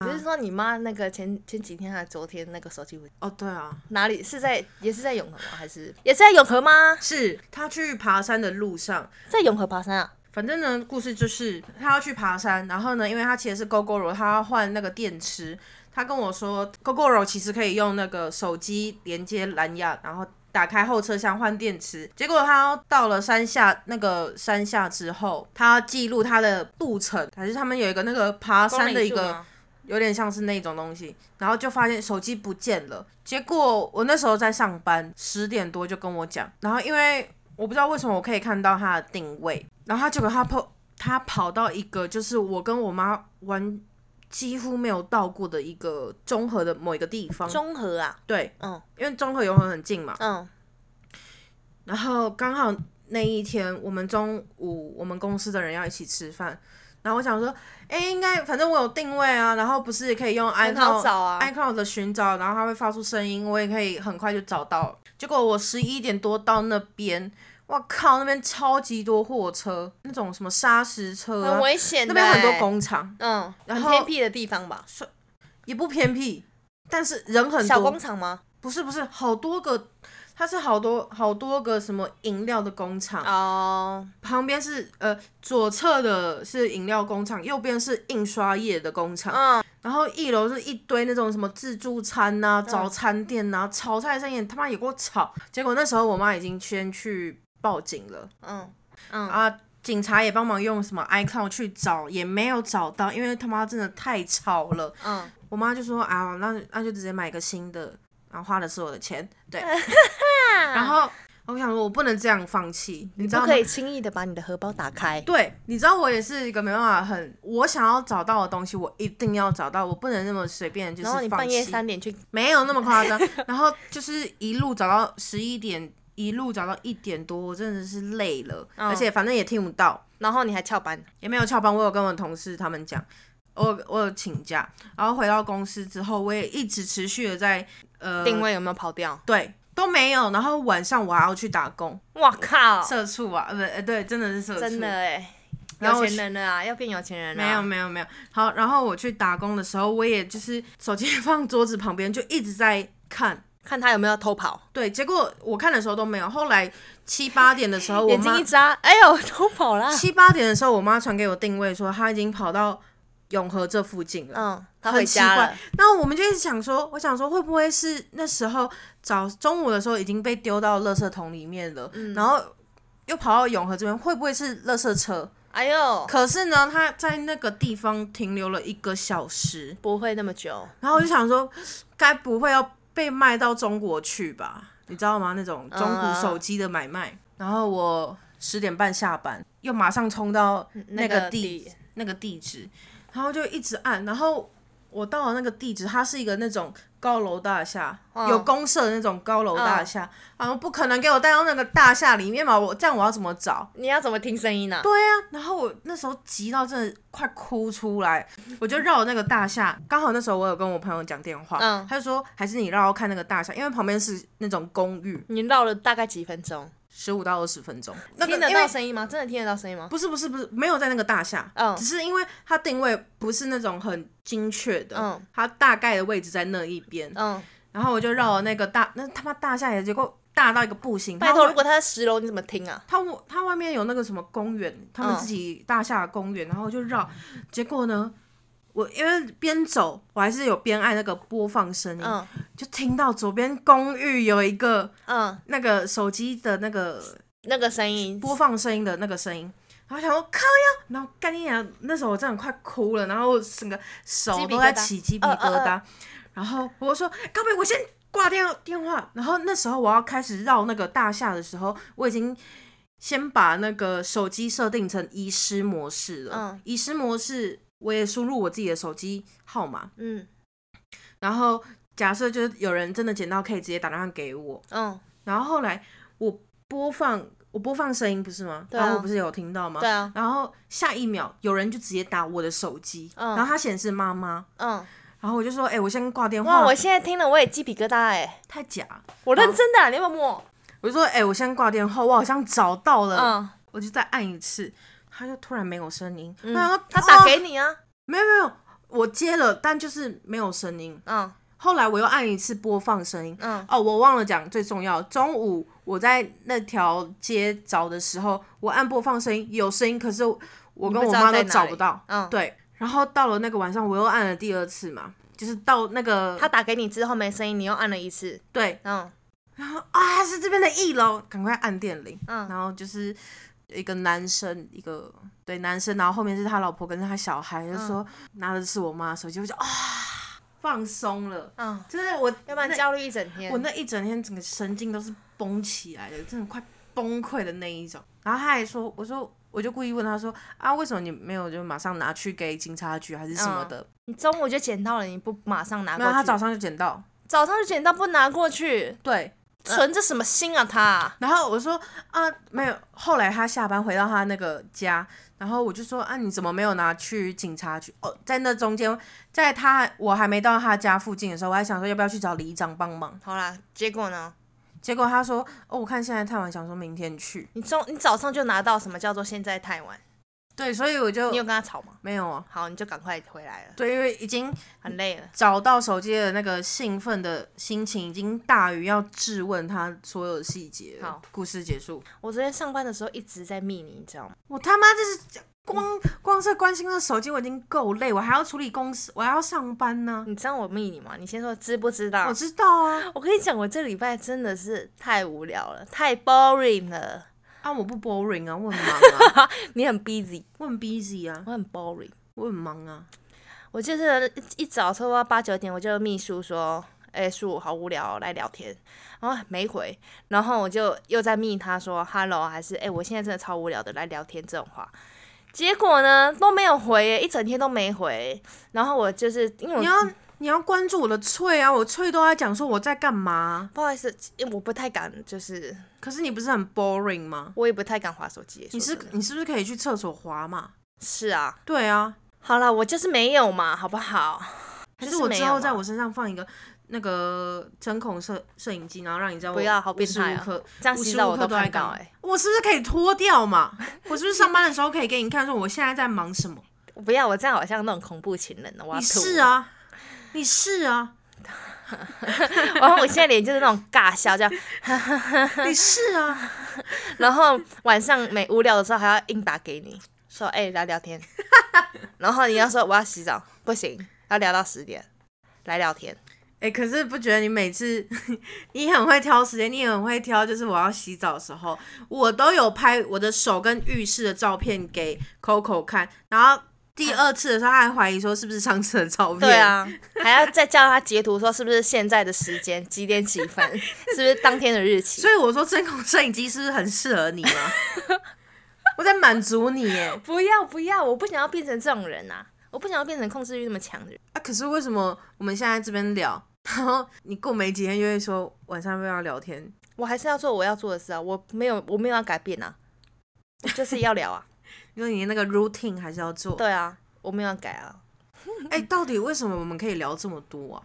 Speaker 1: 不是说你妈那个前前几天还是昨天那个手机
Speaker 2: 哦，对啊，
Speaker 1: 哪里是在也是在永和吗？还是也是在永和吗？
Speaker 2: 是他去爬山的路上，
Speaker 1: 在永和爬山啊？
Speaker 2: 反正呢，故事就是他要去爬山，然后呢，因为他骑的是 GoGoRo，他要换那个电池。他跟我说，GoGoRo 其实可以用那个手机连接蓝牙，然后打开后车厢换电池。结果他要到了山下那个山下之后，他要记录他的路程，还是他们有一个那个爬山的一
Speaker 1: 公里数
Speaker 2: 个
Speaker 1: 吗
Speaker 2: 有点像是那种东西，然后就发现手机不见了。结果我那时候在上班，十点多就跟我讲，然后因为我不知道为什么我可以看到他的定位，然后他结果他跑他跑到一个就是我跟我妈玩几乎没有到过的一个中和的某一个地方，
Speaker 1: 中和啊，
Speaker 2: 对，
Speaker 1: 嗯
Speaker 2: 因为中和永和很近嘛，
Speaker 1: 嗯
Speaker 2: 然后刚好那一天，我们中午我们公司的人要一起吃饭，然后我想说，哎、应该反正我有定位啊，然后不是可以用
Speaker 1: 很好
Speaker 2: iCloud、
Speaker 1: 找啊
Speaker 2: iCloud 的寻找，然后它会发出声音，我也可以很快就找到。结果我十一点多到那边，哇靠，那边超级多货车，那种什么砂石车啊、
Speaker 1: 很危险
Speaker 2: 那
Speaker 1: 的、
Speaker 2: 边很多
Speaker 1: 欸，
Speaker 2: 工厂，
Speaker 1: 嗯，
Speaker 2: 然
Speaker 1: 很
Speaker 2: 后
Speaker 1: 偏僻的地方吧？
Speaker 2: 也不偏僻，但是人很
Speaker 1: 小
Speaker 2: 多
Speaker 1: 工。厂吗？
Speaker 2: 不是不是，好多个，它是好多好多个什么饮料的工厂，
Speaker 1: 哦，
Speaker 2: 旁边是呃左侧的是饮料工厂，右边是印刷业的工厂，
Speaker 1: 嗯，
Speaker 2: 然后一楼是一堆那种什么自助餐呐、早餐店呐、炒菜生意他妈也给我炒。结果那时候我妈已经先去报警了
Speaker 1: 嗯，
Speaker 2: 啊，警察也帮忙用什么 iCloud 去找，也没有找到，因为他妈真的太吵了。
Speaker 1: 嗯，
Speaker 2: 我妈就说啊，那那就直接买个新的，然后花的是我的钱，对。然后我想说，我不能这样放弃，你知
Speaker 1: 不
Speaker 2: 道吗
Speaker 1: 可？以轻易的把你的荷包打开。
Speaker 2: 对，你知道我也是一个没办法很，我想要找到的东西，我一定要找到，我不能那么随便就是
Speaker 1: 然
Speaker 2: 放
Speaker 1: 后
Speaker 2: 弃。
Speaker 1: 你半夜三点去，
Speaker 2: 没有那么 夸张，然后就是一路找到十一点，一路找到一点多，我真的是累了，
Speaker 1: 嗯
Speaker 2: 而且反正也听不到，
Speaker 1: 然后你还翘班，
Speaker 2: 也没有翘班，我有跟我同事他们讲，我我有请假，然后回到公司之后，我也一直持续的在呃
Speaker 1: 定位有没有跑掉？
Speaker 2: 对都没有，然后晚上我还要去打工，
Speaker 1: 哇靠，
Speaker 2: 社畜啊，呃不呃对，真的是社畜，
Speaker 1: 真的哎、
Speaker 2: 然后
Speaker 1: 有
Speaker 2: 我
Speaker 1: 钱人了啊，要变有钱人了、
Speaker 2: 没有，没有没有，好，然后我去打工的时候，我也就是手机放桌子旁边，就一直在看。
Speaker 1: 看他有没有偷跑，
Speaker 2: 对，结果我看的时候都没有。后来七八点的时候，我
Speaker 1: 眼睛
Speaker 2: 妈
Speaker 1: 一眨，哎呦，偷跑 啦！
Speaker 2: 七八点的时候，我妈传给我定位说她已经跑到永和这附近了。
Speaker 1: 嗯，他
Speaker 2: 很
Speaker 1: 回
Speaker 2: 奇
Speaker 1: 家了
Speaker 2: 怪，，那我们就一直想说，我想说会不会是那时候早中午的时候已经被丢到垃圾桶里面了，
Speaker 1: 嗯
Speaker 2: 然后又跑到永和这边，会不会是垃圾车？
Speaker 1: 哎呦，
Speaker 2: 可是呢，她在那个地方停留了一个小时，
Speaker 1: 不会那么久，
Speaker 2: 然后我就想说，该不会要被卖到中国去吧？你知道吗？那种中古手机的买卖。然后我十点半下班，又马上冲到嗯那
Speaker 1: 那
Speaker 2: 个
Speaker 1: 个
Speaker 2: 地
Speaker 1: 地
Speaker 2: 那个地址，然后就一直按。然后我到了那个地址，它是一个那种高楼大厦，有公社的那种高楼大厦，然后不可能给我带到那个大厦里面嘛，我这样我要怎么找？
Speaker 1: 你要怎么听声音呢、啊？
Speaker 2: 对啊，然后我那时候急到真的快哭出来，我就绕那个大厦，刚好那时候我有跟我朋友讲电话，
Speaker 1: 嗯
Speaker 2: 他就说还是你绕绕看那个大厦，因为旁边是那种公寓，
Speaker 1: 你绕了大概几分钟，
Speaker 2: 十五到二十分钟，那个
Speaker 1: 听得
Speaker 2: 因为
Speaker 1: 到声音吗？真的听得到声音吗？
Speaker 2: 不是不是不是，没有在那个大厦，
Speaker 1: 嗯
Speaker 2: 只是因为它定位不是那种很精确的，
Speaker 1: 嗯
Speaker 2: 它大概的位置在那一边，
Speaker 1: 嗯，
Speaker 2: 然后我就绕了那个大，那他妈大厦也结果大到一个不行，
Speaker 1: 拜
Speaker 2: 它
Speaker 1: 托，
Speaker 2: 外
Speaker 1: 如果他在十楼，你怎么听啊？
Speaker 2: 它我它外面有那个什么公园，他们自己大厦的公园，然后就绕，结果呢，我因为边走我还是有边按那个播放声音，
Speaker 1: 嗯
Speaker 2: 就听到左边公寓有一个
Speaker 1: 嗯，
Speaker 2: 那个手机的那个
Speaker 1: 那个声音，
Speaker 2: 播放声音的那个声音。然后想说靠呀，然后干你娘！那时候我真的快哭了，然后整个手
Speaker 1: 鸡皮
Speaker 2: 都
Speaker 1: 疙瘩
Speaker 2: 在起鸡皮疙瘩。
Speaker 1: 嗯嗯嗯
Speaker 2: 然后我就说：“高北，我先挂电电话。”然后那时候我要开始绕那个大厦的时候，我已经先把那个手机设定成遗失模式了。
Speaker 1: 嗯
Speaker 2: 遗失模式我也输入我自己的手机号码，
Speaker 1: 嗯
Speaker 2: 然后假设就是有人真的捡到，可以直接打电话给我。
Speaker 1: 嗯，
Speaker 2: 然后后来我播放我播放声音不是吗？
Speaker 1: 对啊
Speaker 2: 然后我不是有听到吗？
Speaker 1: 对啊，
Speaker 2: 然后下一秒有人就直接打我的手机，
Speaker 1: 嗯
Speaker 2: 然后它显示妈妈，
Speaker 1: 嗯，
Speaker 2: 然后我就说，哎、我先挂电话，
Speaker 1: 哇，我现在听了我也鸡皮疙瘩哎、
Speaker 2: 太假，
Speaker 1: 我认真的、啊，你有没有摸？
Speaker 2: 我就说，哎、我先挂电话，我好像找到了，
Speaker 1: 嗯，
Speaker 2: 我就再按一次，它就突然没有声音，
Speaker 1: 嗯
Speaker 2: 然后
Speaker 1: 他打、
Speaker 2: 哦
Speaker 1: 给你啊，
Speaker 2: 没有没有，我接了，但就是没有声音。
Speaker 1: 嗯
Speaker 2: 后来我又按一次播放声音，
Speaker 1: 嗯
Speaker 2: 哦，我忘了讲最重要，中午我在那条街找的时候，我按播放声音有声音，可是我跟
Speaker 1: 你不
Speaker 2: 我
Speaker 1: 知道
Speaker 2: 妈
Speaker 1: 在
Speaker 2: 都
Speaker 1: 哪里
Speaker 2: 找不到，
Speaker 1: 嗯，
Speaker 2: 对，然后到了那个晚上，我又按了第二次嘛，就是到那个
Speaker 1: 他打给你之后没声音，你又按了一次，
Speaker 2: 对
Speaker 1: 嗯
Speaker 2: 啊，是这边的一楼，赶快按电铃。
Speaker 1: 嗯
Speaker 2: 然后就是一个男生，一个对男生，然后后面是他老婆跟他小孩，就
Speaker 1: 嗯
Speaker 2: 说、拿的是我妈的手机，我就啊放松了，
Speaker 1: 嗯，
Speaker 2: 真的我
Speaker 1: 要不然
Speaker 2: 那
Speaker 1: 焦虑一整天
Speaker 2: 我。那一整天整个神经都是绷起来的，真的快崩溃的那一种。然后他还说，我说我就故意问他说啊，为什么你没有就马上拿去给警察局还是什么的？
Speaker 1: 你中午就捡到了，你不马上嗯拿
Speaker 2: 然后他
Speaker 1: 过去？
Speaker 2: 早上就捡到，
Speaker 1: 早上就捡到不拿过去，
Speaker 2: 对。
Speaker 1: 存着什么心啊他？
Speaker 2: 然后我说啊，没有。后来他下班回到他那个家，然后我就说啊，你怎么没有拿去警察局？哦，在那中间，在他我还没到他家附近的时候，我还想说要不要去找里长帮忙。
Speaker 1: 好啦，结果呢？
Speaker 2: 结果他说：“哦，我看现在太晚，想说明天去。
Speaker 1: 你中你早上就拿到什么叫做现在太晚？”
Speaker 2: 对，所以我就
Speaker 1: 你有跟他吵吗？
Speaker 2: 没有啊。
Speaker 1: 好，你就赶快回来了，
Speaker 2: 对，因为已经
Speaker 1: 很累了。
Speaker 2: 找到手机的那个兴奋的心情，已经大于要质问他所有的细节了。
Speaker 1: 好，
Speaker 2: 故事结束。
Speaker 1: 我昨天上班的时候一直在密你，你知道吗？
Speaker 2: 我他妈就是光光是关心那手机，我已经够累，我还要处理公司，我还要上班呢。
Speaker 1: 你知道我密你吗？你先说知不知道？
Speaker 2: 我知道啊，
Speaker 1: 我跟你讲，我这礼拜真的是太无聊了，太 boring 了。
Speaker 2: 啊，我不 boring 啊，我很忙 啊，
Speaker 1: 你很 busy，
Speaker 2: 我很 busy 啊，
Speaker 1: 我很 boring。
Speaker 2: 我很忙啊。
Speaker 1: 我就是一一早差不多八九点，我就秘书说：“哎、叔，好无聊哦，来聊天。”然后没回，然后我就又在密他说 “hello”，还是“哎、我现在真的超无聊的，来聊天”这种话。结果呢都没有回耶，一整天都没回。然后我就是因为
Speaker 2: 你
Speaker 1: 我
Speaker 2: 要你要关注我的翠啊，我翠都在讲说我在干嘛，
Speaker 1: 不好意思，我不太敢，就是
Speaker 2: 可是你不是很 boring 吗？
Speaker 1: 我也不太敢划手机。
Speaker 2: 你
Speaker 1: 说
Speaker 2: 是
Speaker 1: 真的
Speaker 2: 你是不是可以去厕所滑嘛？
Speaker 1: 是啊，
Speaker 2: 对啊，
Speaker 1: 好了，我就是没有嘛，好不好？
Speaker 2: 可
Speaker 1: 就是
Speaker 2: 我
Speaker 1: 没
Speaker 2: 之
Speaker 1: 有
Speaker 2: 后
Speaker 1: 嘛
Speaker 2: 在我身上放一个那个针孔摄摄影机，然后让你知道我
Speaker 1: 不要好
Speaker 2: 无
Speaker 1: 变
Speaker 2: 时
Speaker 1: 态
Speaker 2: 无
Speaker 1: 啊
Speaker 2: 刻
Speaker 1: 这样
Speaker 2: 无
Speaker 1: 洗
Speaker 2: 时
Speaker 1: 澡
Speaker 2: 无
Speaker 1: 我
Speaker 2: 刻
Speaker 1: 都
Speaker 2: 都在
Speaker 1: 看到
Speaker 2: 干嘛
Speaker 1: 哎、
Speaker 2: 我是不是可以脱掉嘛？我是不是上班的时候可以给你看说我现在在忙什么？
Speaker 1: 不要，我这样好像那种恐怖情人了，我要
Speaker 2: 你
Speaker 1: 吐。
Speaker 2: 是，啊，你是啊，
Speaker 1: 然 后我现在脸就是那种尬笑，这样。
Speaker 2: 你是 啊，
Speaker 1: 然后晚上没无聊的时候还要硬打给你，说哎、来聊 天，然后你要说我要洗澡，不行，要聊到十点来聊天。
Speaker 2: 哎、可是不觉得你每次 你很会挑时间，你也很会挑，就是我要洗澡的时候，我都有拍我的手跟浴室的照片给 Coco 看，然后第二次的时候，他还怀疑说是不是上次的照片，
Speaker 1: 啊对，啊，还要再叫他截图说是不是现在的时间几点几分，是 不是当天的日期？
Speaker 2: 所以我说针孔摄影机是不是很适合你 啊？我在满足你耶，
Speaker 1: 不要不要，我不想要变成这种人啊！我不想要变成控制欲那么强的人。
Speaker 2: 啊，可是为什么我们现在这边聊，然后你过没几天就会说晚上要不要聊天？
Speaker 1: 我还是要做我要做的事啊，我没有我没有要改变啊，我就是要聊 啊，
Speaker 2: 因为你那个 routine 还是要做。
Speaker 1: 对啊，我没有要改啊，
Speaker 2: 哎、到底为什么我们可以聊这么多啊？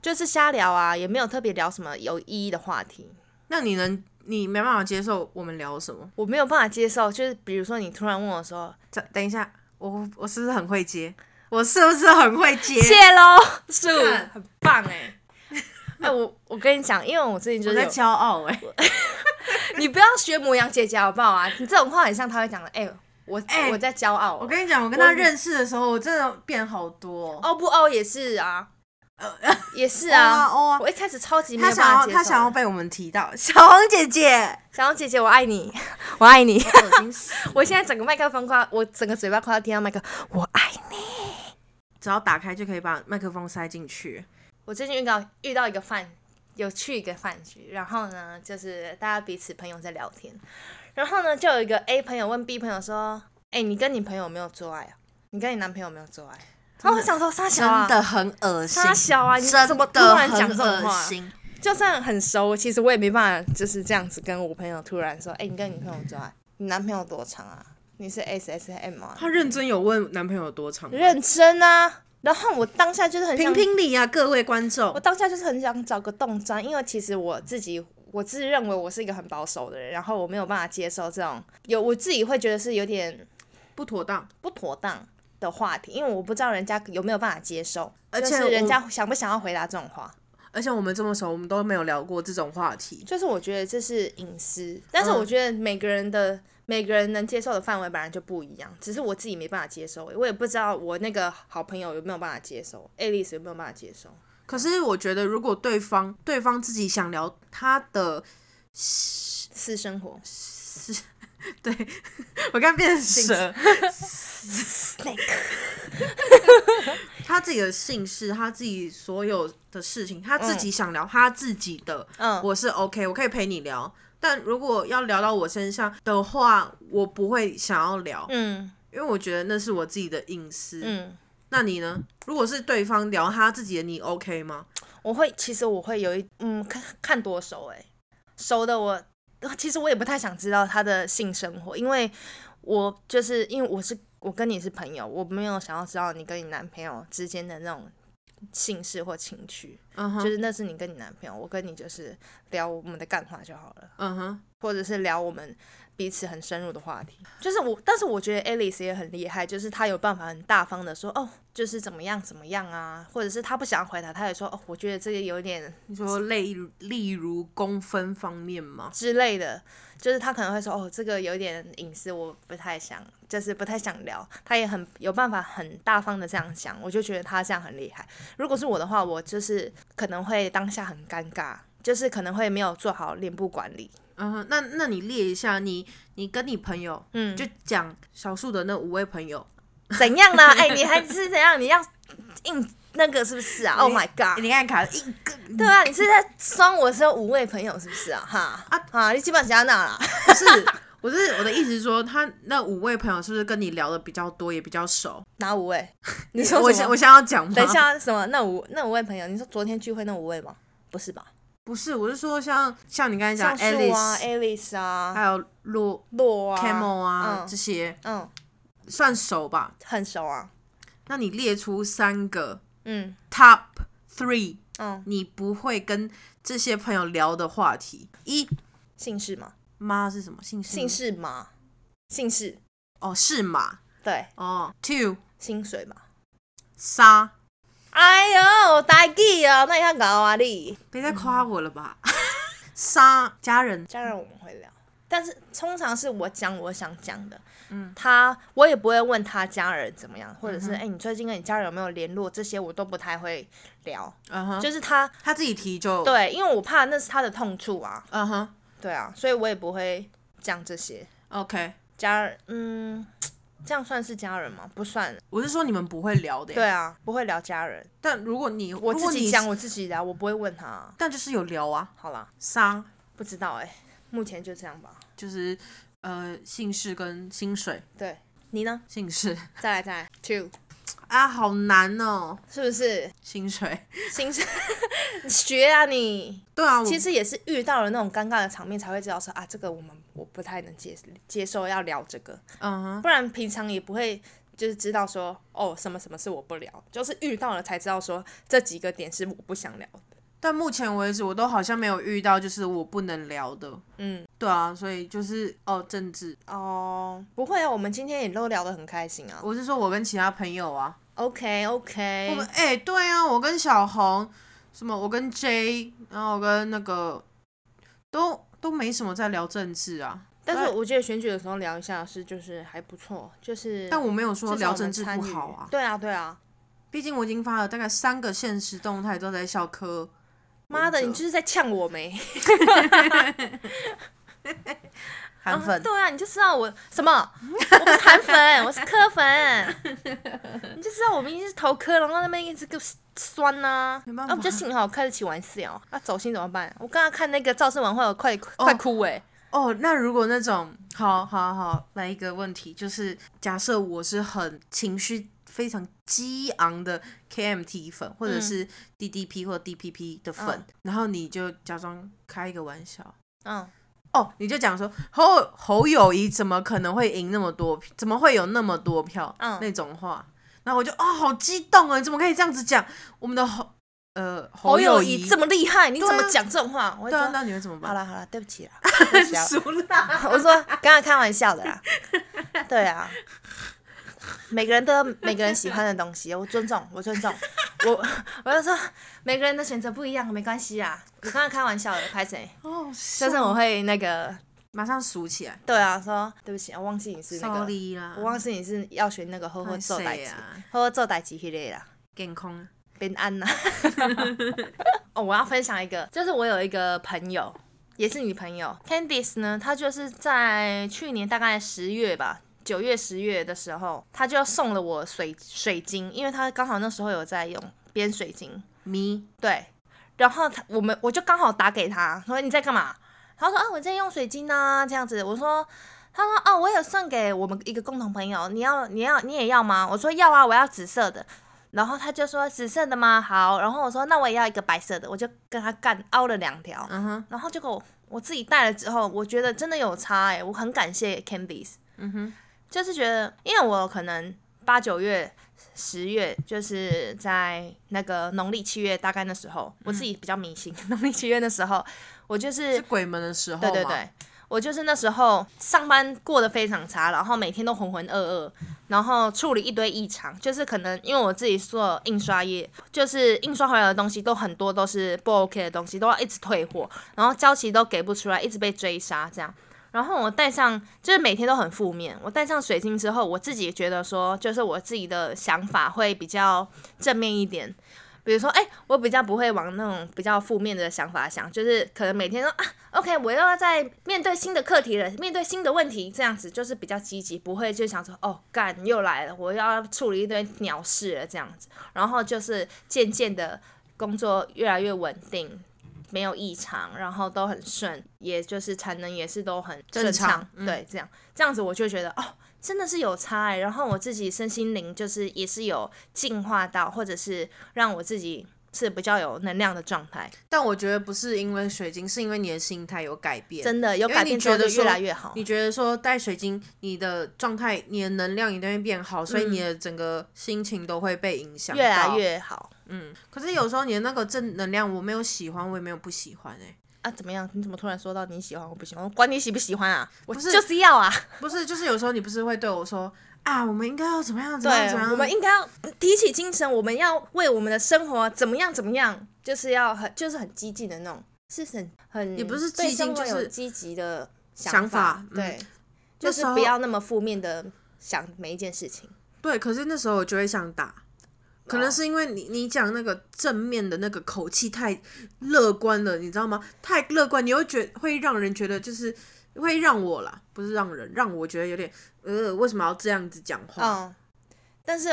Speaker 1: 就是瞎聊啊，也没有特别聊什么有意义的话题。
Speaker 2: 那你能，你没办法接受我们聊什么？
Speaker 1: 我没有办法接受，就是比如说你突然问我说
Speaker 2: 等等一下，我我是不是很会接？我是不是很会接
Speaker 1: “谢喽”，树
Speaker 2: 看
Speaker 1: 很棒哎、 哎、我我跟你讲，因为我最近就
Speaker 2: 欸
Speaker 1: 是
Speaker 2: 我在
Speaker 1: 有
Speaker 2: 骄傲哎、
Speaker 1: 你不要学母羊姐姐好不好啊？你这种话很像她会讲的，哎、我、
Speaker 2: 哎
Speaker 1: 我在骄傲
Speaker 2: 我
Speaker 1: 哦、
Speaker 2: 跟你讲，我跟
Speaker 1: 我
Speaker 2: 他认识的时候，我真的变好多。
Speaker 1: 哦不哦也是啊，也是啊，
Speaker 2: 呃哦啊哦啊
Speaker 1: 我一开始超级没
Speaker 2: 他
Speaker 1: 有
Speaker 2: 想
Speaker 1: 办法
Speaker 2: 要，
Speaker 1: 接受的，
Speaker 2: 他想要被我们提到， 小红姐姐，
Speaker 1: 小羊姐姐我爱你， 我爱你，
Speaker 2: 恶心死！
Speaker 1: 我现在整个麦克风快要，我整个嘴巴快要贴到麦克，我爱你。
Speaker 2: 只要打开就可以把麦克风塞进去。
Speaker 1: 我最近遇到遇到一个饭，有去一个饭局，然后呢，就是大家彼此朋友在聊天，然后呢，就有一个 A 朋友问 B 朋友说：“哎、你跟你朋友有没有做爱啊？你跟你男朋友有没有做爱？”啊然后我想说，沙小啊，
Speaker 2: 很恶心
Speaker 1: 沙小啊，你
Speaker 2: 真
Speaker 1: 怎么突
Speaker 2: 的
Speaker 1: 然
Speaker 2: 很
Speaker 1: 讲这种
Speaker 2: 恶
Speaker 1: 话？
Speaker 2: 心。
Speaker 1: 就算很熟，其实我也没办法就是这样子跟我朋友突然说：“哎、你跟你朋友做爱？你男朋友多长啊？你是 S S M 啊？
Speaker 2: 她认真有问男朋友多长吗？
Speaker 1: 认真啊！”然后我当下就是很想
Speaker 2: 评评理啊，各位观
Speaker 1: 我
Speaker 2: 众。
Speaker 1: 当下就是很想找个洞钻，因为其实我自己我自认为我是一个很保守的人，然后我没有办法接受这种有我自己会觉得是有点
Speaker 2: 不妥当，
Speaker 1: 不妥当的话题，因为我不知道人家有没有办法接受，
Speaker 2: 而
Speaker 1: 就
Speaker 2: 且
Speaker 1: 是
Speaker 2: 我
Speaker 1: 人家想不想要回答这种话，
Speaker 2: 而且我们这么熟，我们都没有聊过这种话题。
Speaker 1: 就是我觉得这是隐私，但是我觉得每个人的。每个人能接受的范围本来就不一样，只是我自己没办法接受，我也不知道我那个好朋友有没有办法接受，爱丽丝有没有办法接受。
Speaker 2: 可是我觉得，如果对方对方自己想聊他的，
Speaker 1: 私生活，
Speaker 2: 我刚变成蛇，他自己的姓氏，他自己所有的事情，他自己想聊他自己的，
Speaker 1: 嗯，
Speaker 2: 我是 OK，我可以陪你聊。但如果要聊到我身上的话，我不会想要聊，
Speaker 1: 嗯
Speaker 2: 因为我觉得那是我自己的隐私。
Speaker 1: 嗯，
Speaker 2: 那你呢？如果是对方聊他自己的，你 OK 吗？
Speaker 1: 我会，其实我会有一嗯，看看多熟哎、熟的我，其实我也不太想知道他的性生活，因为我就是因为我是我跟你是朋友，我没有想要知道你跟你男朋友之间的那种姓氏或情趣，
Speaker 2: 嗯
Speaker 1: 就
Speaker 2: 哼，
Speaker 1: 是那是你跟你男朋友，我跟你就是聊我们的干话就好了，
Speaker 2: 嗯哼，
Speaker 1: 或者是聊我们彼此很深入的话题。就是我，但是我觉得 Alice 也很厉害，就是她有办法很大方的说，哦，就是怎么样怎么样啊，或者是她不想回答，她也说，哦，我觉得这个有点
Speaker 2: 你说例如例如公分方面吗？
Speaker 1: 之类的，就是他可能会说哦，这个有点隐私，我不太想，就是不太想聊。他也很有办法很大方的这样讲，我就觉得他这样很厉害。如果是我的话，我就是可能会当下很尴尬，就是可能会没有做好脸部管理。
Speaker 2: 嗯哼，那那你列一下，你你跟你朋友，
Speaker 1: 嗯
Speaker 2: 就讲少数的那五位朋友，
Speaker 1: 怎样 啦？哎、你还是怎样？你要硬那个是不是啊？Oh my
Speaker 2: 欸
Speaker 1: god！
Speaker 2: 你看 卡一个
Speaker 1: 对啊，你是在双我是有五位朋友是不是啊？哈啊啊！你基本上那啦。
Speaker 2: 不是，我是我的意思是说，他那五位朋友是不是跟你聊的比较多，也比较熟？
Speaker 1: 哪五 位？你说
Speaker 2: 我
Speaker 1: 什
Speaker 2: 想
Speaker 1: 么
Speaker 2: 我想要讲吗？
Speaker 1: 等一，下，什么？那五那五位朋友，你说昨天聚会那五位吗？不是吧？
Speaker 2: 不是，我是说像像你刚才
Speaker 1: 像
Speaker 2: 讲
Speaker 1: 树啊
Speaker 2: Alice，
Speaker 1: ，Alice 啊，
Speaker 2: 还有洛
Speaker 1: 洛啊
Speaker 2: Camel 啊这
Speaker 1: 嗯
Speaker 2: 些
Speaker 1: 嗯，
Speaker 2: 算熟吧？
Speaker 1: 很熟啊，
Speaker 2: 那你列出三个
Speaker 1: 嗯
Speaker 2: Top Three，
Speaker 1: 嗯，
Speaker 2: 你不会跟这些朋友聊的话题。一
Speaker 1: 姓氏嘛，
Speaker 2: 妈是什么？姓氏
Speaker 1: 姓
Speaker 2: 吗？
Speaker 1: 氏嘛，姓氏，
Speaker 2: 哦，是马
Speaker 1: 对，
Speaker 2: 哦。Two
Speaker 1: 薪水嘛。
Speaker 2: 杀，
Speaker 1: 哎呦，大忌啊，那你看搞啊你。
Speaker 2: 别再夸我了吧。 杀家人，
Speaker 1: 当然我们会聊，但是通常是我讲我想讲的，嗯，他我也不会问他家人怎么样，或者是哎、你最近跟你家人有没有联络，这些我都不太会聊，
Speaker 2: 嗯哼，
Speaker 1: 就是他
Speaker 2: 他自己提就，
Speaker 1: 对，因为我怕那是他的痛处啊，
Speaker 2: 嗯哼
Speaker 1: 对啊，所以我也不会讲这些。
Speaker 2: ，OK。
Speaker 1: 家人，嗯，这样算是家人吗？不算。
Speaker 2: 我是说你们不会聊的耶，
Speaker 1: 对啊，不会聊家人，
Speaker 2: 但如果你
Speaker 1: 我
Speaker 2: 如果
Speaker 1: 自己
Speaker 2: 你
Speaker 1: 讲我自己的啊、我不会问他啊、
Speaker 2: 但就是有聊啊，
Speaker 1: 好啦，
Speaker 2: 杀
Speaker 1: 不知道哎、目前就这样吧。
Speaker 2: 就是呃姓氏跟薪水，
Speaker 1: 对你呢？
Speaker 2: 姓氏
Speaker 1: 再来再来，two
Speaker 2: 啊好难哦，
Speaker 1: 是不是？
Speaker 2: 薪水。
Speaker 1: 心你学啊你，
Speaker 2: 对啊，我
Speaker 1: 其实也是遇到了那种尴尬的场面才会知道说啊，这个我们我不太能接接受要聊这个，
Speaker 2: 嗯哼，
Speaker 1: 不然平常也不会。就是知道说哦，什么什么是我不聊，就是遇到了才知道说这几个点是我不想聊的。
Speaker 2: 但目前为止我都好像没有遇到就是我不能聊的。
Speaker 1: 嗯，
Speaker 2: 对啊，所以就是哦政治，
Speaker 1: 哦，不会啊，我们今天也都聊得很开心啊。
Speaker 2: 我是说我跟其他朋友啊，
Speaker 1: OK
Speaker 2: 我们
Speaker 1: OK，
Speaker 2: 哎、对啊，我跟小红，什么我跟 J，然后我跟那个都都没什么在聊政治啊，
Speaker 1: 但是我觉得选举的时候聊一下是就是还不错，就是
Speaker 2: 但我没有
Speaker 1: 至
Speaker 2: 说
Speaker 1: 少
Speaker 2: 聊
Speaker 1: 我
Speaker 2: 政
Speaker 1: 们
Speaker 2: 治
Speaker 1: 参
Speaker 2: 不
Speaker 1: 与
Speaker 2: 好啊。
Speaker 1: 对啊对啊，
Speaker 2: 毕竟我已经发了大概三个现实动态都在笑科，
Speaker 1: 妈的，
Speaker 2: 文
Speaker 1: 你
Speaker 2: 哲
Speaker 1: 就是在呛我没？
Speaker 2: 韩
Speaker 1: 啊对啊，你就知道我什么？我不是韩粉，我是科粉。你就知道我明明是投科，然后那边一直给我酸呐、
Speaker 2: 没
Speaker 1: 啊
Speaker 2: 办。法
Speaker 1: 啊，我就幸好开得起玩笑，啊，走心怎么办？我刚刚看那个造势晚会，我快、
Speaker 2: 哦
Speaker 1: 快哭哎、
Speaker 2: 哦，那如果那种，好好好，来一个问题，就是假设我是很情绪非常激昂的 KMT 粉，或者是 DDP 或 DPP 的粉，
Speaker 1: 嗯
Speaker 2: 然后你就假装开一个玩笑。
Speaker 1: 嗯，
Speaker 2: 哦，你就讲说侯侯友谊怎么可能会赢那么多票？怎么会有那么多票？
Speaker 1: 嗯
Speaker 2: 那种话，然后我就哦，好激动啊！你怎么可以这样子讲？我们的侯呃
Speaker 1: 侯友
Speaker 2: 谊
Speaker 1: 谊这么厉害，哦你怎
Speaker 2: 对
Speaker 1: 么
Speaker 2: 啊
Speaker 1: 讲这种话？我会
Speaker 2: 对啊
Speaker 1: 说，
Speaker 2: 那你会怎么办？
Speaker 1: 好啦好啦，对不起啦，对不起啦
Speaker 2: 熟 了，
Speaker 1: 我说刚刚开玩笑的啦，对啊，每个人都有每个人喜欢的东西，我尊重，我尊重，我我就说每个人的选择不一样，没关系啊，我刚刚开玩笑的，拍谁？
Speaker 2: 哦，
Speaker 1: 就是我会那个，
Speaker 2: 马上数起来
Speaker 1: 对啊，说对不起，我忘记你是那个，
Speaker 2: ，sorry 啦
Speaker 1: 我，忘记你是要选那个呵呵做代
Speaker 2: 谁
Speaker 1: 志，
Speaker 2: 啊？
Speaker 1: 呵呵做代志系列啦。
Speaker 2: 健康，
Speaker 1: 边安呐、 哦，我要分享一个，就是我有一个朋友，也是你朋友 Candice 呢，她就是在去年大概十月吧。九月、十月的时候，她就送了我水水晶，因为她刚好那时候有在用编水晶，
Speaker 2: 咪
Speaker 1: 对。然后她我们我就刚好打给她，说你在干嘛？她说啊，我在用水晶啊，这样子。我说，她说哦，我有送给我们一个共同朋友，你要你要你也要吗？我说要啊，我要紫色的。然后他就说紫色的吗？好，然后我说那我也要一个白色的，我就跟他干凹了两条。
Speaker 2: 嗯哼，
Speaker 1: 然后结果我我自己戴了之后，我觉欸得真的有差哎、我很感谢 Candice，
Speaker 2: 嗯哼，
Speaker 1: 就是觉得因为我可能。八九月、十月，就是在那个农历七月大概那时候，我
Speaker 2: 嗯
Speaker 1: 自己比较迷信， 农历七月那时候，我就是
Speaker 2: 是鬼门的时候
Speaker 1: 对对
Speaker 2: 吗
Speaker 1: 对，我就是那时候上班过得非常差，然后每天都浑浑噩噩，然后处理一堆异常，就是可能因为我自己做印刷业，就是印刷回来的东西都很多都是不 OK 的东西，都要一直退货，然后交期都给不出来，一直被追杀这样。然后我戴上，就是每天都很负面。我戴上水晶之后，我自己觉得说，就是我自己的想法会比较正面一点。比如说，哎、我比较不会往那种比较负面的想法想，就是可能每天都啊，OK，我又要在面对新的课题了，面对新的问题，这样子就是比较积极，不会就想说，哦，干又来了，我又要处理一堆鸟事了这样子。然后就是渐渐的工作越来越稳定，没有异常，然后都很顺，也就是产能也是都很顺
Speaker 2: 正常嗯
Speaker 1: 对，这样这样子我就觉得哦。真的是有差、欸，然后我自己身心灵就是也是有进化到，或者是让我自己是比较有能量的状态，
Speaker 2: 但我觉得不是因为水晶，是因为你的心态有改变。
Speaker 1: 真的有
Speaker 2: 因为
Speaker 1: 改
Speaker 2: 你
Speaker 1: 变之
Speaker 2: 觉
Speaker 1: 后
Speaker 2: 得
Speaker 1: 就越
Speaker 2: 说
Speaker 1: 来越好。
Speaker 2: 你觉得说戴水晶，你的状态、你的能量一定会变好，所以你的整个心情都会被影响到。
Speaker 1: 嗯越来越好
Speaker 2: 嗯。可是有时候你的那个正能量，我没有喜欢，我也没有不喜欢哎、
Speaker 1: 啊！怎么样？你怎么突然说到你喜欢我不喜欢？我管你喜不喜欢啊，我
Speaker 2: 不是
Speaker 1: 就是要 啊！
Speaker 2: 不是，就是有时候你不是会对我说啊，我们应该要怎么样怎么样
Speaker 1: 对
Speaker 2: 怎么，样？
Speaker 1: 我们应该要提起精神，我们要为我们的生活怎么样怎么样，就是要很就是很激进的那种，是很很
Speaker 2: 也不是
Speaker 1: 对
Speaker 2: 激进
Speaker 1: 生活
Speaker 2: 就是
Speaker 1: 有积极的
Speaker 2: 想
Speaker 1: 法
Speaker 2: 法，嗯
Speaker 1: 对，
Speaker 2: 那
Speaker 1: 就
Speaker 2: 时
Speaker 1: 是
Speaker 2: 候
Speaker 1: 不要那么负面的想每一件事情。
Speaker 2: 对，可是那时候我就会想打，可
Speaker 1: 哦
Speaker 2: 能是因为你你讲那个正面的那个口气太乐观了，你知道吗？太乐观，你会觉会让人觉得就是会让我啦，不是让人让我觉得有点呃，为什么要这样子讲话？
Speaker 1: 嗯，但是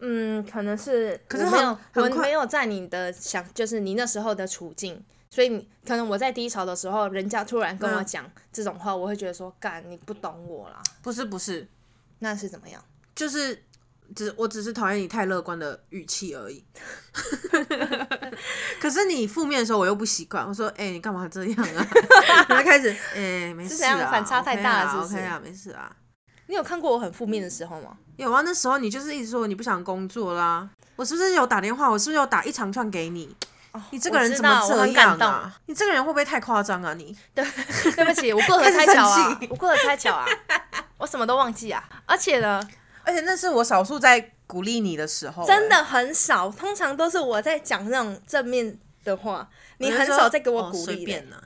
Speaker 1: 嗯，可能是
Speaker 2: 可是
Speaker 1: 我
Speaker 2: 很
Speaker 1: 没有
Speaker 2: 很
Speaker 1: 我
Speaker 2: 快
Speaker 1: 没有在你的想，就是你那时候的处境，所以你可能我在低潮的时候，人家突然跟
Speaker 2: 对啊
Speaker 1: 我讲这种话，我会觉得说，干你不懂我啦，
Speaker 2: 不是不是，
Speaker 1: 那是怎么样？
Speaker 2: 就是只我只是讨厌你太乐观的语气而已。 可是你负面的时候，我又不习惯。我说：“哎、你干嘛这样啊？” 然后开始，哎、没
Speaker 1: 是
Speaker 2: 事
Speaker 1: 怎样
Speaker 2: 啊，
Speaker 1: 反差太大了是不是
Speaker 2: o k 啊，没事啊。
Speaker 1: 你有看过我很负面的时候吗？
Speaker 2: 有啊，那时候你就是一直说你不想工作啦，我是不是有打电话？我是不是有打一长串给你？你这个人
Speaker 1: 哦我知
Speaker 2: 怎
Speaker 1: 道
Speaker 2: 么
Speaker 1: 我
Speaker 2: 这
Speaker 1: 很感
Speaker 2: 样
Speaker 1: 动
Speaker 2: 啊？你这个人会不会太夸张啊？你
Speaker 1: 对不起，我过河拆桥
Speaker 2: 开始
Speaker 1: 啊
Speaker 2: 生气，
Speaker 1: 我过河拆桥啊， 我什么都忘记啊。而且呢，
Speaker 2: 而且那是我少数在鼓励你的时候、
Speaker 1: 真
Speaker 2: 欸。
Speaker 1: 的很少，通常都是我在讲那种正面的话，你很少在给我鼓
Speaker 2: 我就说哦随
Speaker 1: 励的，欸
Speaker 2: 便啊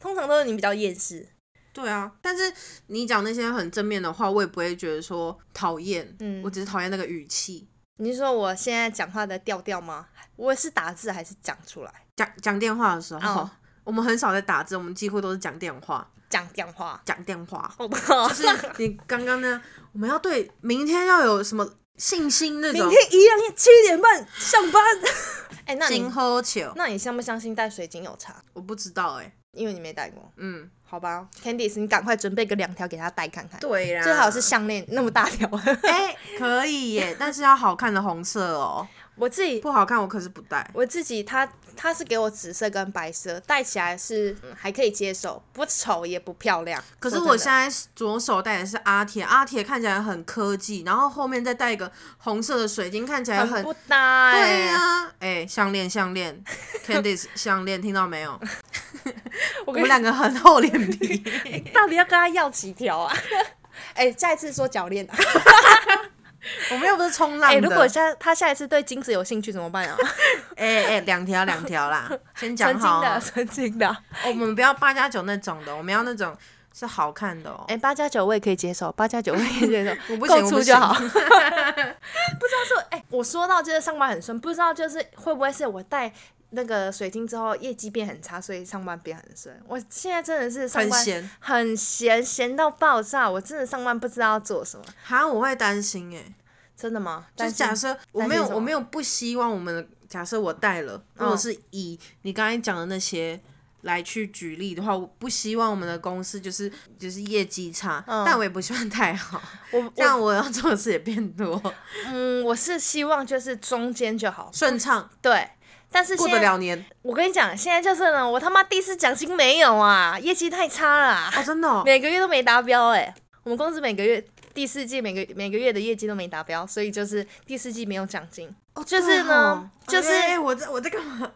Speaker 1: 通常都是你比较厌世。
Speaker 2: 对啊，但是你讲那些很正面的话，我也不会觉得说讨厌，
Speaker 1: 嗯
Speaker 2: 我只是讨厌那个语气。
Speaker 1: 你是说我现在讲话的调调吗？我是打字还是讲出来？
Speaker 2: 讲讲电话的时候，
Speaker 1: 哦
Speaker 2: 我们很少在打字，我们几乎都是讲电话，
Speaker 1: 讲电话，
Speaker 2: 讲电话。
Speaker 1: 好不好？
Speaker 2: 就是你刚刚呢，我们要对明天要有什么信心那
Speaker 1: 明
Speaker 2: 种。
Speaker 1: 天一样七点半上班。 哎、那
Speaker 2: 金
Speaker 1: 你
Speaker 2: 喝酒，
Speaker 1: 那你相不相信带水晶有差？
Speaker 2: 我不知道哎、
Speaker 1: 因为你没带过，
Speaker 2: 嗯，
Speaker 1: 好吧？Candice，你赶快准备个两条给他戴看看，
Speaker 2: 对啦
Speaker 1: 最好是项链那么大条。
Speaker 2: 哎、可以耶，但是要好看的红色哦，
Speaker 1: 我自己
Speaker 2: 不好看我可是不戴。
Speaker 1: 我自己它它是给我紫色跟白色，戴起来是、嗯还可以接受，不丑也不漂亮。
Speaker 2: 可是
Speaker 1: 说
Speaker 2: 我
Speaker 1: 真的
Speaker 2: 现在左手戴的是阿铁，阿铁看起来很科技，然后后面再戴一个红色的水晶，看起来
Speaker 1: 很
Speaker 2: 很。
Speaker 1: 不搭、欸，
Speaker 2: 对啊呀、哎、项链项链 ，Candice 项链，听到没有？
Speaker 1: 我
Speaker 2: 我
Speaker 1: 跟
Speaker 2: 们
Speaker 1: 你
Speaker 2: 两个很厚脸皮。
Speaker 1: 到底要跟他要几条啊？ 哎、下一次说脚 链啊！
Speaker 2: 我们又不是冲浪
Speaker 1: 哎、
Speaker 2: 的。
Speaker 1: 如果下他下一次对金子有兴趣怎么 办啊？
Speaker 2: 哎哎，两条两 条啦，先讲
Speaker 1: 纯
Speaker 2: 好
Speaker 1: 金
Speaker 2: 哦、
Speaker 1: 的，纯金的。
Speaker 2: 我们不要八加九那种的，我们要那种是好看的哦、
Speaker 1: 哎、八加九我也可以接受，八加 九我也可以接受，
Speaker 2: 我不
Speaker 1: 够
Speaker 2: 行我不
Speaker 1: 粗就好。
Speaker 2: 行
Speaker 1: 不知道说，哎、我说到就是上班很顺，不知道就是会不会是我带那个水晶之后业绩变很差，所以上班变很顺。我现在真的是上
Speaker 2: 很
Speaker 1: 班
Speaker 2: 闲
Speaker 1: 很闲，闲到爆炸。我真的上班不知道要做什么，
Speaker 2: 哈，我会担心哎、
Speaker 1: 真的吗？
Speaker 2: 就
Speaker 1: 但
Speaker 2: 是假设我
Speaker 1: 担
Speaker 2: 没
Speaker 1: 心
Speaker 2: 有
Speaker 1: 什么嗯
Speaker 2: 我没有不希望我们的假设我带了，如果是以你刚才讲的那些来去举例的话，我不希望我们的公司就是就是业绩差，但我也不希望太好，
Speaker 1: 嗯 我
Speaker 2: 这
Speaker 1: 我
Speaker 2: 样我要做的事也变多，
Speaker 1: 嗯，我是希望就是中间就好，
Speaker 2: 顺畅
Speaker 1: 对。但是
Speaker 2: 过
Speaker 1: 现
Speaker 2: 得
Speaker 1: 在
Speaker 2: 了年
Speaker 1: 我跟你讲，现在就是呢，我他妈第四奖金没有啊，业绩太差了啊、
Speaker 2: 哦，真的、哦，
Speaker 1: 欸每个月都没达标哎、我们公司每个月第四季每个每个月的业绩都没达标，所以就是第四季没有奖金。哦，就是呢，就是
Speaker 2: 哎、哎我在我在干嘛？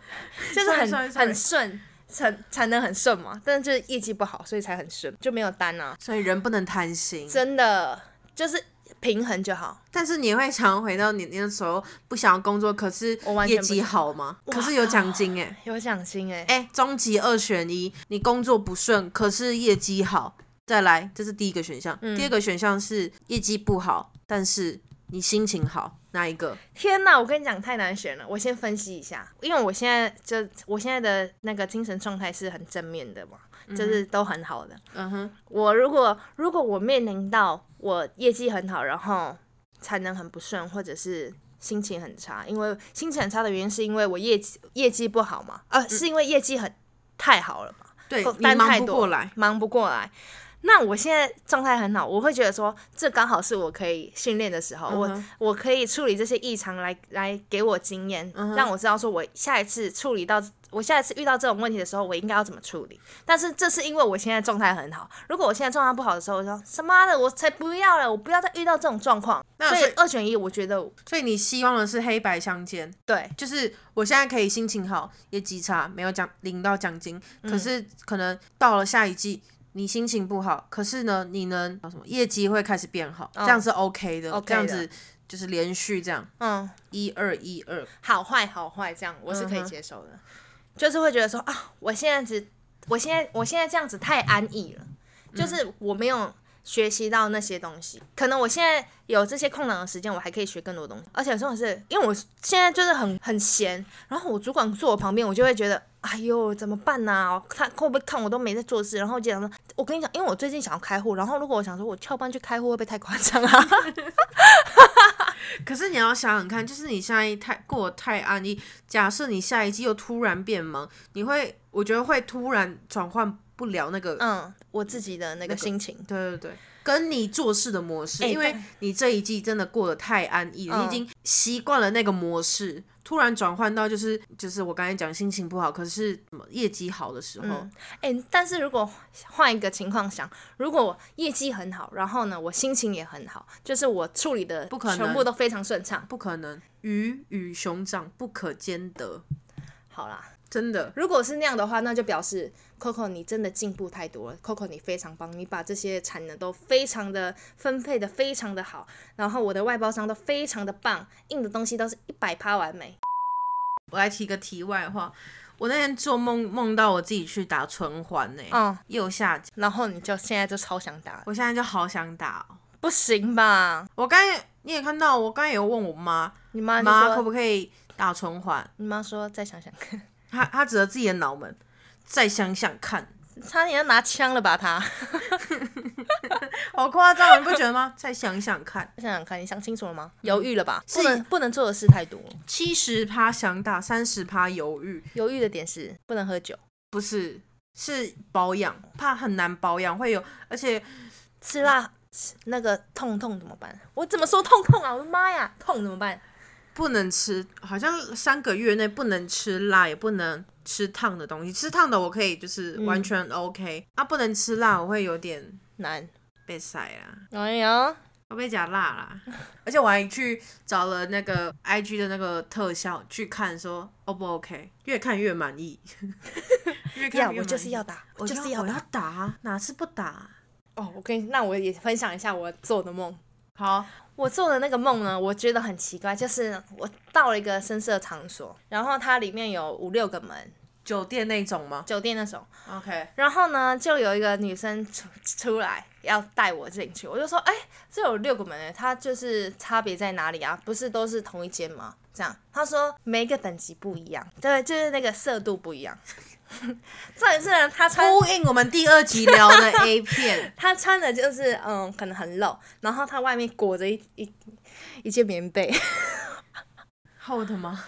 Speaker 1: 就是 很
Speaker 2: sorry, sorry, sorry
Speaker 1: 很顺，产产能很顺嘛，但是就是业绩不好，所以才很顺，就没有单啊。
Speaker 2: 所以人不能贪心，
Speaker 1: 真的就是平衡就好。
Speaker 2: 但是你会想要回到你那时候不想要工作，可是
Speaker 1: 我完全
Speaker 2: 业
Speaker 1: 不
Speaker 2: 绩
Speaker 1: 想
Speaker 2: 好吗？可是有奖金哎、
Speaker 1: 有奖金哎、
Speaker 2: 哎、终极二选一，你工作不顺，可是业绩好，再来，这是第一个选
Speaker 1: 嗯
Speaker 2: 项。第二个选项是业绩不好，但是你心情好，哪一个？
Speaker 1: 天哪，我跟你讲太难选了。我先分析一下，因为我现在就我现在的那个精神状态是很正面的嘛，就是都很好的。
Speaker 2: 嗯哼，
Speaker 1: 我如果如果我面临到我业绩很好，然后产能很不顺，或者是心情很差，因为心情很差的原因是因为我业绩业绩不好嘛，呃，是因为业绩很太好了嘛，
Speaker 2: 对
Speaker 1: 够
Speaker 2: 你
Speaker 1: 单
Speaker 2: 忙
Speaker 1: 太
Speaker 2: 不
Speaker 1: 多
Speaker 2: 过来，
Speaker 1: 忙不过来。那我现在状态很好，我会觉得说，这刚好是我可以训练的时候，
Speaker 2: 嗯哼
Speaker 1: 我我可以处理这些异常来来给我经验，
Speaker 2: 嗯哼
Speaker 1: 让我知道说我下一次处理到我下一次遇到这种问题的时候，我应该要怎么处理。但是这是因为我现在状态很好，如果我现在状态不好的时候，我就说什么的，我才不要了，我不要再遇到这种状况。
Speaker 2: 那
Speaker 1: 所以
Speaker 2: 所以
Speaker 1: 二选一，我觉得
Speaker 2: 所以你希望的是黑白相间，
Speaker 1: 对，
Speaker 2: 就是我现在可以心情好，业绩差，没有奖领到奖金，
Speaker 1: 嗯
Speaker 2: 可是可能到了下一季。你心情不好，可是呢，你能叫什么业绩会开始变好，这样是 OK 的
Speaker 1: 哦 OK
Speaker 2: 这样
Speaker 1: 的
Speaker 2: 子就是连续这样
Speaker 1: 嗯，
Speaker 2: 一二一二，
Speaker 1: 好坏好坏这样，我是可以
Speaker 2: 嗯哼
Speaker 1: 接受的。就是会觉得说啊，我现在只，我现在我现在这样子太安逸了，就是我没有学习到那些东西。可能我现在有这些空档的时间，我还可以学更多东西。而且重点是因为我现在就是很很闲，然后我主管坐我旁边，我就会觉得。哎呦，怎么办呐、他会不会看我都没在做事？然后我就想说，我跟你讲，因为我最近想要开户，然后如果我想说我翘班去开户，会不会太夸张啊？
Speaker 2: 可是你要想想看，就是你现在太过得太安逸，假设你下一季又突然变忙，你会，我觉得会突然转换不了那个，
Speaker 1: 嗯，我自己的那个心情，
Speaker 2: 对对对，跟你做事的模式，
Speaker 1: 哎
Speaker 2: 因为
Speaker 1: 对
Speaker 2: 你这一季真的过得太安逸了，
Speaker 1: 嗯
Speaker 2: 你已经习惯了那个模式，突然转换到就是就是我刚才讲心情不好，可是什么业绩好的时候，
Speaker 1: 嗯哎、但是如果换一个情况想，如果我业绩很好，然后呢，我心情也很好，就是我处理的
Speaker 2: 不可能
Speaker 1: 全部都非常顺畅。
Speaker 2: 不可能，鱼与熊掌不可兼得，
Speaker 1: 好啦，
Speaker 2: 真的。
Speaker 1: 如果是那样的话，那就表示 Coco 你真的进步太多了，Coco 你非常棒，你把这些产能都非常的分配的非常的好，然后我的外包商都非常的棒，印的东西都是一百趴完美。
Speaker 2: 我来提个题外话，我那天做梦梦到我自己去打唇环欸呢、
Speaker 1: 嗯，
Speaker 2: 右下角，
Speaker 1: 然后你就现在就超想打了，
Speaker 2: 我现在就好想打、哦。
Speaker 1: 不行吧？
Speaker 2: 我刚才你也看到，我刚才有问我妈，
Speaker 1: 你妈就
Speaker 2: 妈可
Speaker 1: 说，
Speaker 2: 不可以打唇环？
Speaker 1: 你妈说再想想 看，
Speaker 2: 她她指着自己的脑门，再想想看，
Speaker 1: 差点要拿枪了吧她。
Speaker 2: 好夸张，你不觉得 吗？再想想看，
Speaker 1: 想想看，你想清楚了吗？犹豫了吧？
Speaker 2: 是
Speaker 1: 不能不能做的事太多，
Speaker 2: 七十趴想打，三十趴犹豫，
Speaker 1: 犹豫的点是不能喝酒，
Speaker 2: 不是是保养，怕很难保养，会有，而且
Speaker 1: 吃辣吃那个痛痛怎么办？我怎么说痛痛啊？我的妈呀，痛怎么办？
Speaker 2: 不能吃，好像三个月内不能吃辣，也不能吃烫的东西。吃烫的我可以，就是完全 OK、啊，不能吃辣，我会有点
Speaker 1: 难。
Speaker 2: 被啊塞啦，
Speaker 1: 哎呀，
Speaker 2: 我被夹辣啦。 而且我还去找了那个 IG 的那个特效去看说 O 不 OK，越看越满意。 越看越
Speaker 1: 要
Speaker 2: 满意
Speaker 1: 哎我就是要打，我
Speaker 2: 我
Speaker 1: 就是
Speaker 2: 要我
Speaker 1: 打。
Speaker 2: 打，哪次不打？
Speaker 1: 哦，我跟你，那我也分享一下我做的梦。
Speaker 2: 好，
Speaker 1: 我做的那个梦呢，我觉得很奇怪，就是我到了一个深色场所，然后它里面有五六个门，
Speaker 2: 酒店那种吗
Speaker 1: 酒店那种，
Speaker 2: ？OK，
Speaker 1: 然后呢，就有一个女生出出来要带我进去，我就说，哎、这有六个门诶，它就是差别在哪里啊？不是都是同一间吗？这样，她说每一个等级不一样， 对，就是那个色度不一样。 重点是呢，她穿
Speaker 2: 呼应我们第二集聊的 A 片，
Speaker 1: 她穿的就是嗯，可能很露，然后她外面裹着一一一件棉被，
Speaker 2: 厚的吗？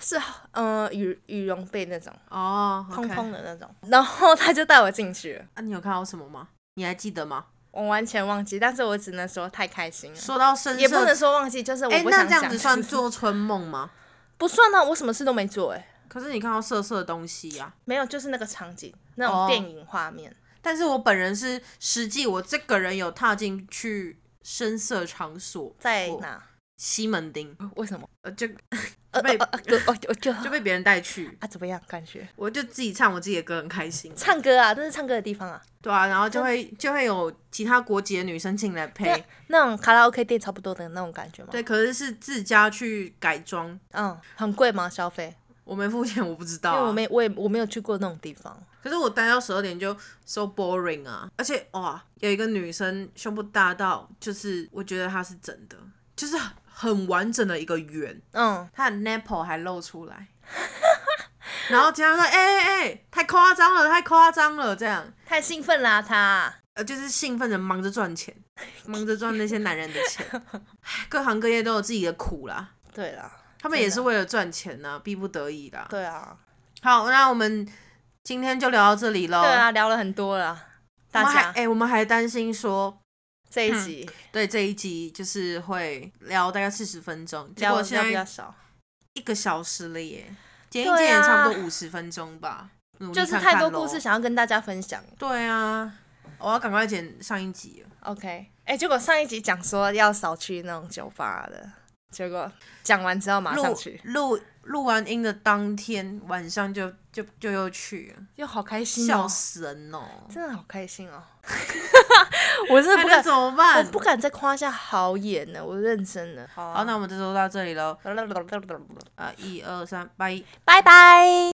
Speaker 1: 是嗯羽羽绒被那种，
Speaker 2: 哦、o
Speaker 1: 蓬
Speaker 2: k
Speaker 1: 蓬的那种。 然后她就带我进去了，
Speaker 2: 啊，你有看到什么吗？你还记得吗？
Speaker 1: 我完全忘记，但是我只能说太开心了。
Speaker 2: 说到深色，
Speaker 1: 也不能说忘记，就是
Speaker 2: 哎、
Speaker 1: 我不
Speaker 2: 那
Speaker 1: 想
Speaker 2: 这
Speaker 1: 讲。
Speaker 2: 样子算做春梦吗？
Speaker 1: 不算呢、我什么事都没做、哎，
Speaker 2: 可是你看到色色的东西啊呀、
Speaker 1: 没有，就是那个场景，那
Speaker 2: 哦
Speaker 1: 种电影画面。
Speaker 2: 但是我本人是实际，我这个人有踏进去深色场所，
Speaker 1: 在
Speaker 2: 过
Speaker 1: 哪？
Speaker 2: 西门町，
Speaker 1: 为什么？
Speaker 2: 呃，就
Speaker 1: 呃
Speaker 2: 被
Speaker 1: 呃呃， 就哦就就
Speaker 2: 就被别人带去，
Speaker 1: 啊，怎么样？感 觉
Speaker 2: 我就自己唱我自己的歌，很开心。
Speaker 1: 唱嗯歌啊，这是唱歌的地方啊，
Speaker 2: 对啊，然后就会就会有其他国籍的女生进来
Speaker 1: 那
Speaker 2: 陪，
Speaker 1: 那种卡拉 OK 店差不多的那种感觉吗？，
Speaker 2: 对，可是是自家去改装，
Speaker 1: 嗯，很贵吗？消费？
Speaker 2: 我没付钱，我不知道
Speaker 1: 因
Speaker 2: 啊、
Speaker 1: 为我没我也我没有去过那种地方，
Speaker 2: 可是我待到十二点就 so boring 啊，而且哇，有一个女生胸部大到，就是我觉得她是真的，就是很完整的一个圆，
Speaker 1: 嗯，
Speaker 2: 她的 nipple 还露出来，然后经常说，哎哎哎，太夸张了，太夸张了，这样，
Speaker 1: 太兴奋啦、他。
Speaker 2: 呃，就是兴奋着忙着赚钱，忙着赚那些男人的钱，唉各行各业都有自己的苦啦。
Speaker 1: 对啦，
Speaker 2: 他们也是为了赚钱呐、逼不得已的啊。
Speaker 1: 对啊，
Speaker 2: 好，那我们今天就聊到这里喽。
Speaker 1: 对啊，聊了很多了，
Speaker 2: 哦我们
Speaker 1: 大
Speaker 2: 还
Speaker 1: 家
Speaker 2: 哎、我们还担心说，
Speaker 1: 这一集
Speaker 2: 对这一集就是会聊大概四十分钟，嗯结
Speaker 1: 聊
Speaker 2: 果
Speaker 1: 的
Speaker 2: 现
Speaker 1: 比较
Speaker 2: 在
Speaker 1: 少，
Speaker 2: 一个小时了耶，剪一
Speaker 1: 对
Speaker 2: 剪也
Speaker 1: 啊
Speaker 2: 差不多五十分钟吧。努力
Speaker 1: 就是
Speaker 2: 看
Speaker 1: 太
Speaker 2: 看
Speaker 1: 多
Speaker 2: 咯
Speaker 1: 故事。想要跟大家分享。
Speaker 2: 对啊，我要赶快剪上一集了。
Speaker 1: OK，哎、结果上一集讲说要少去那种酒吧的，结果讲完之后马上
Speaker 2: 录
Speaker 1: 去，
Speaker 2: 录录完音的当天晚上就就就又去了，
Speaker 1: 又好开心、哦，
Speaker 2: 笑死人哦！
Speaker 1: 真的好开心 哦！我真的
Speaker 2: 那
Speaker 1: 不
Speaker 2: 该
Speaker 1: 敢，
Speaker 2: 怎么
Speaker 1: 我
Speaker 2: 办？
Speaker 1: 不敢再夸下好演了，我认真的。好
Speaker 2: 好，
Speaker 1: 啊，
Speaker 2: 那我们这周到这里喽。
Speaker 1: 那
Speaker 2: 呃啊，一二三，拜。
Speaker 1: 拜拜。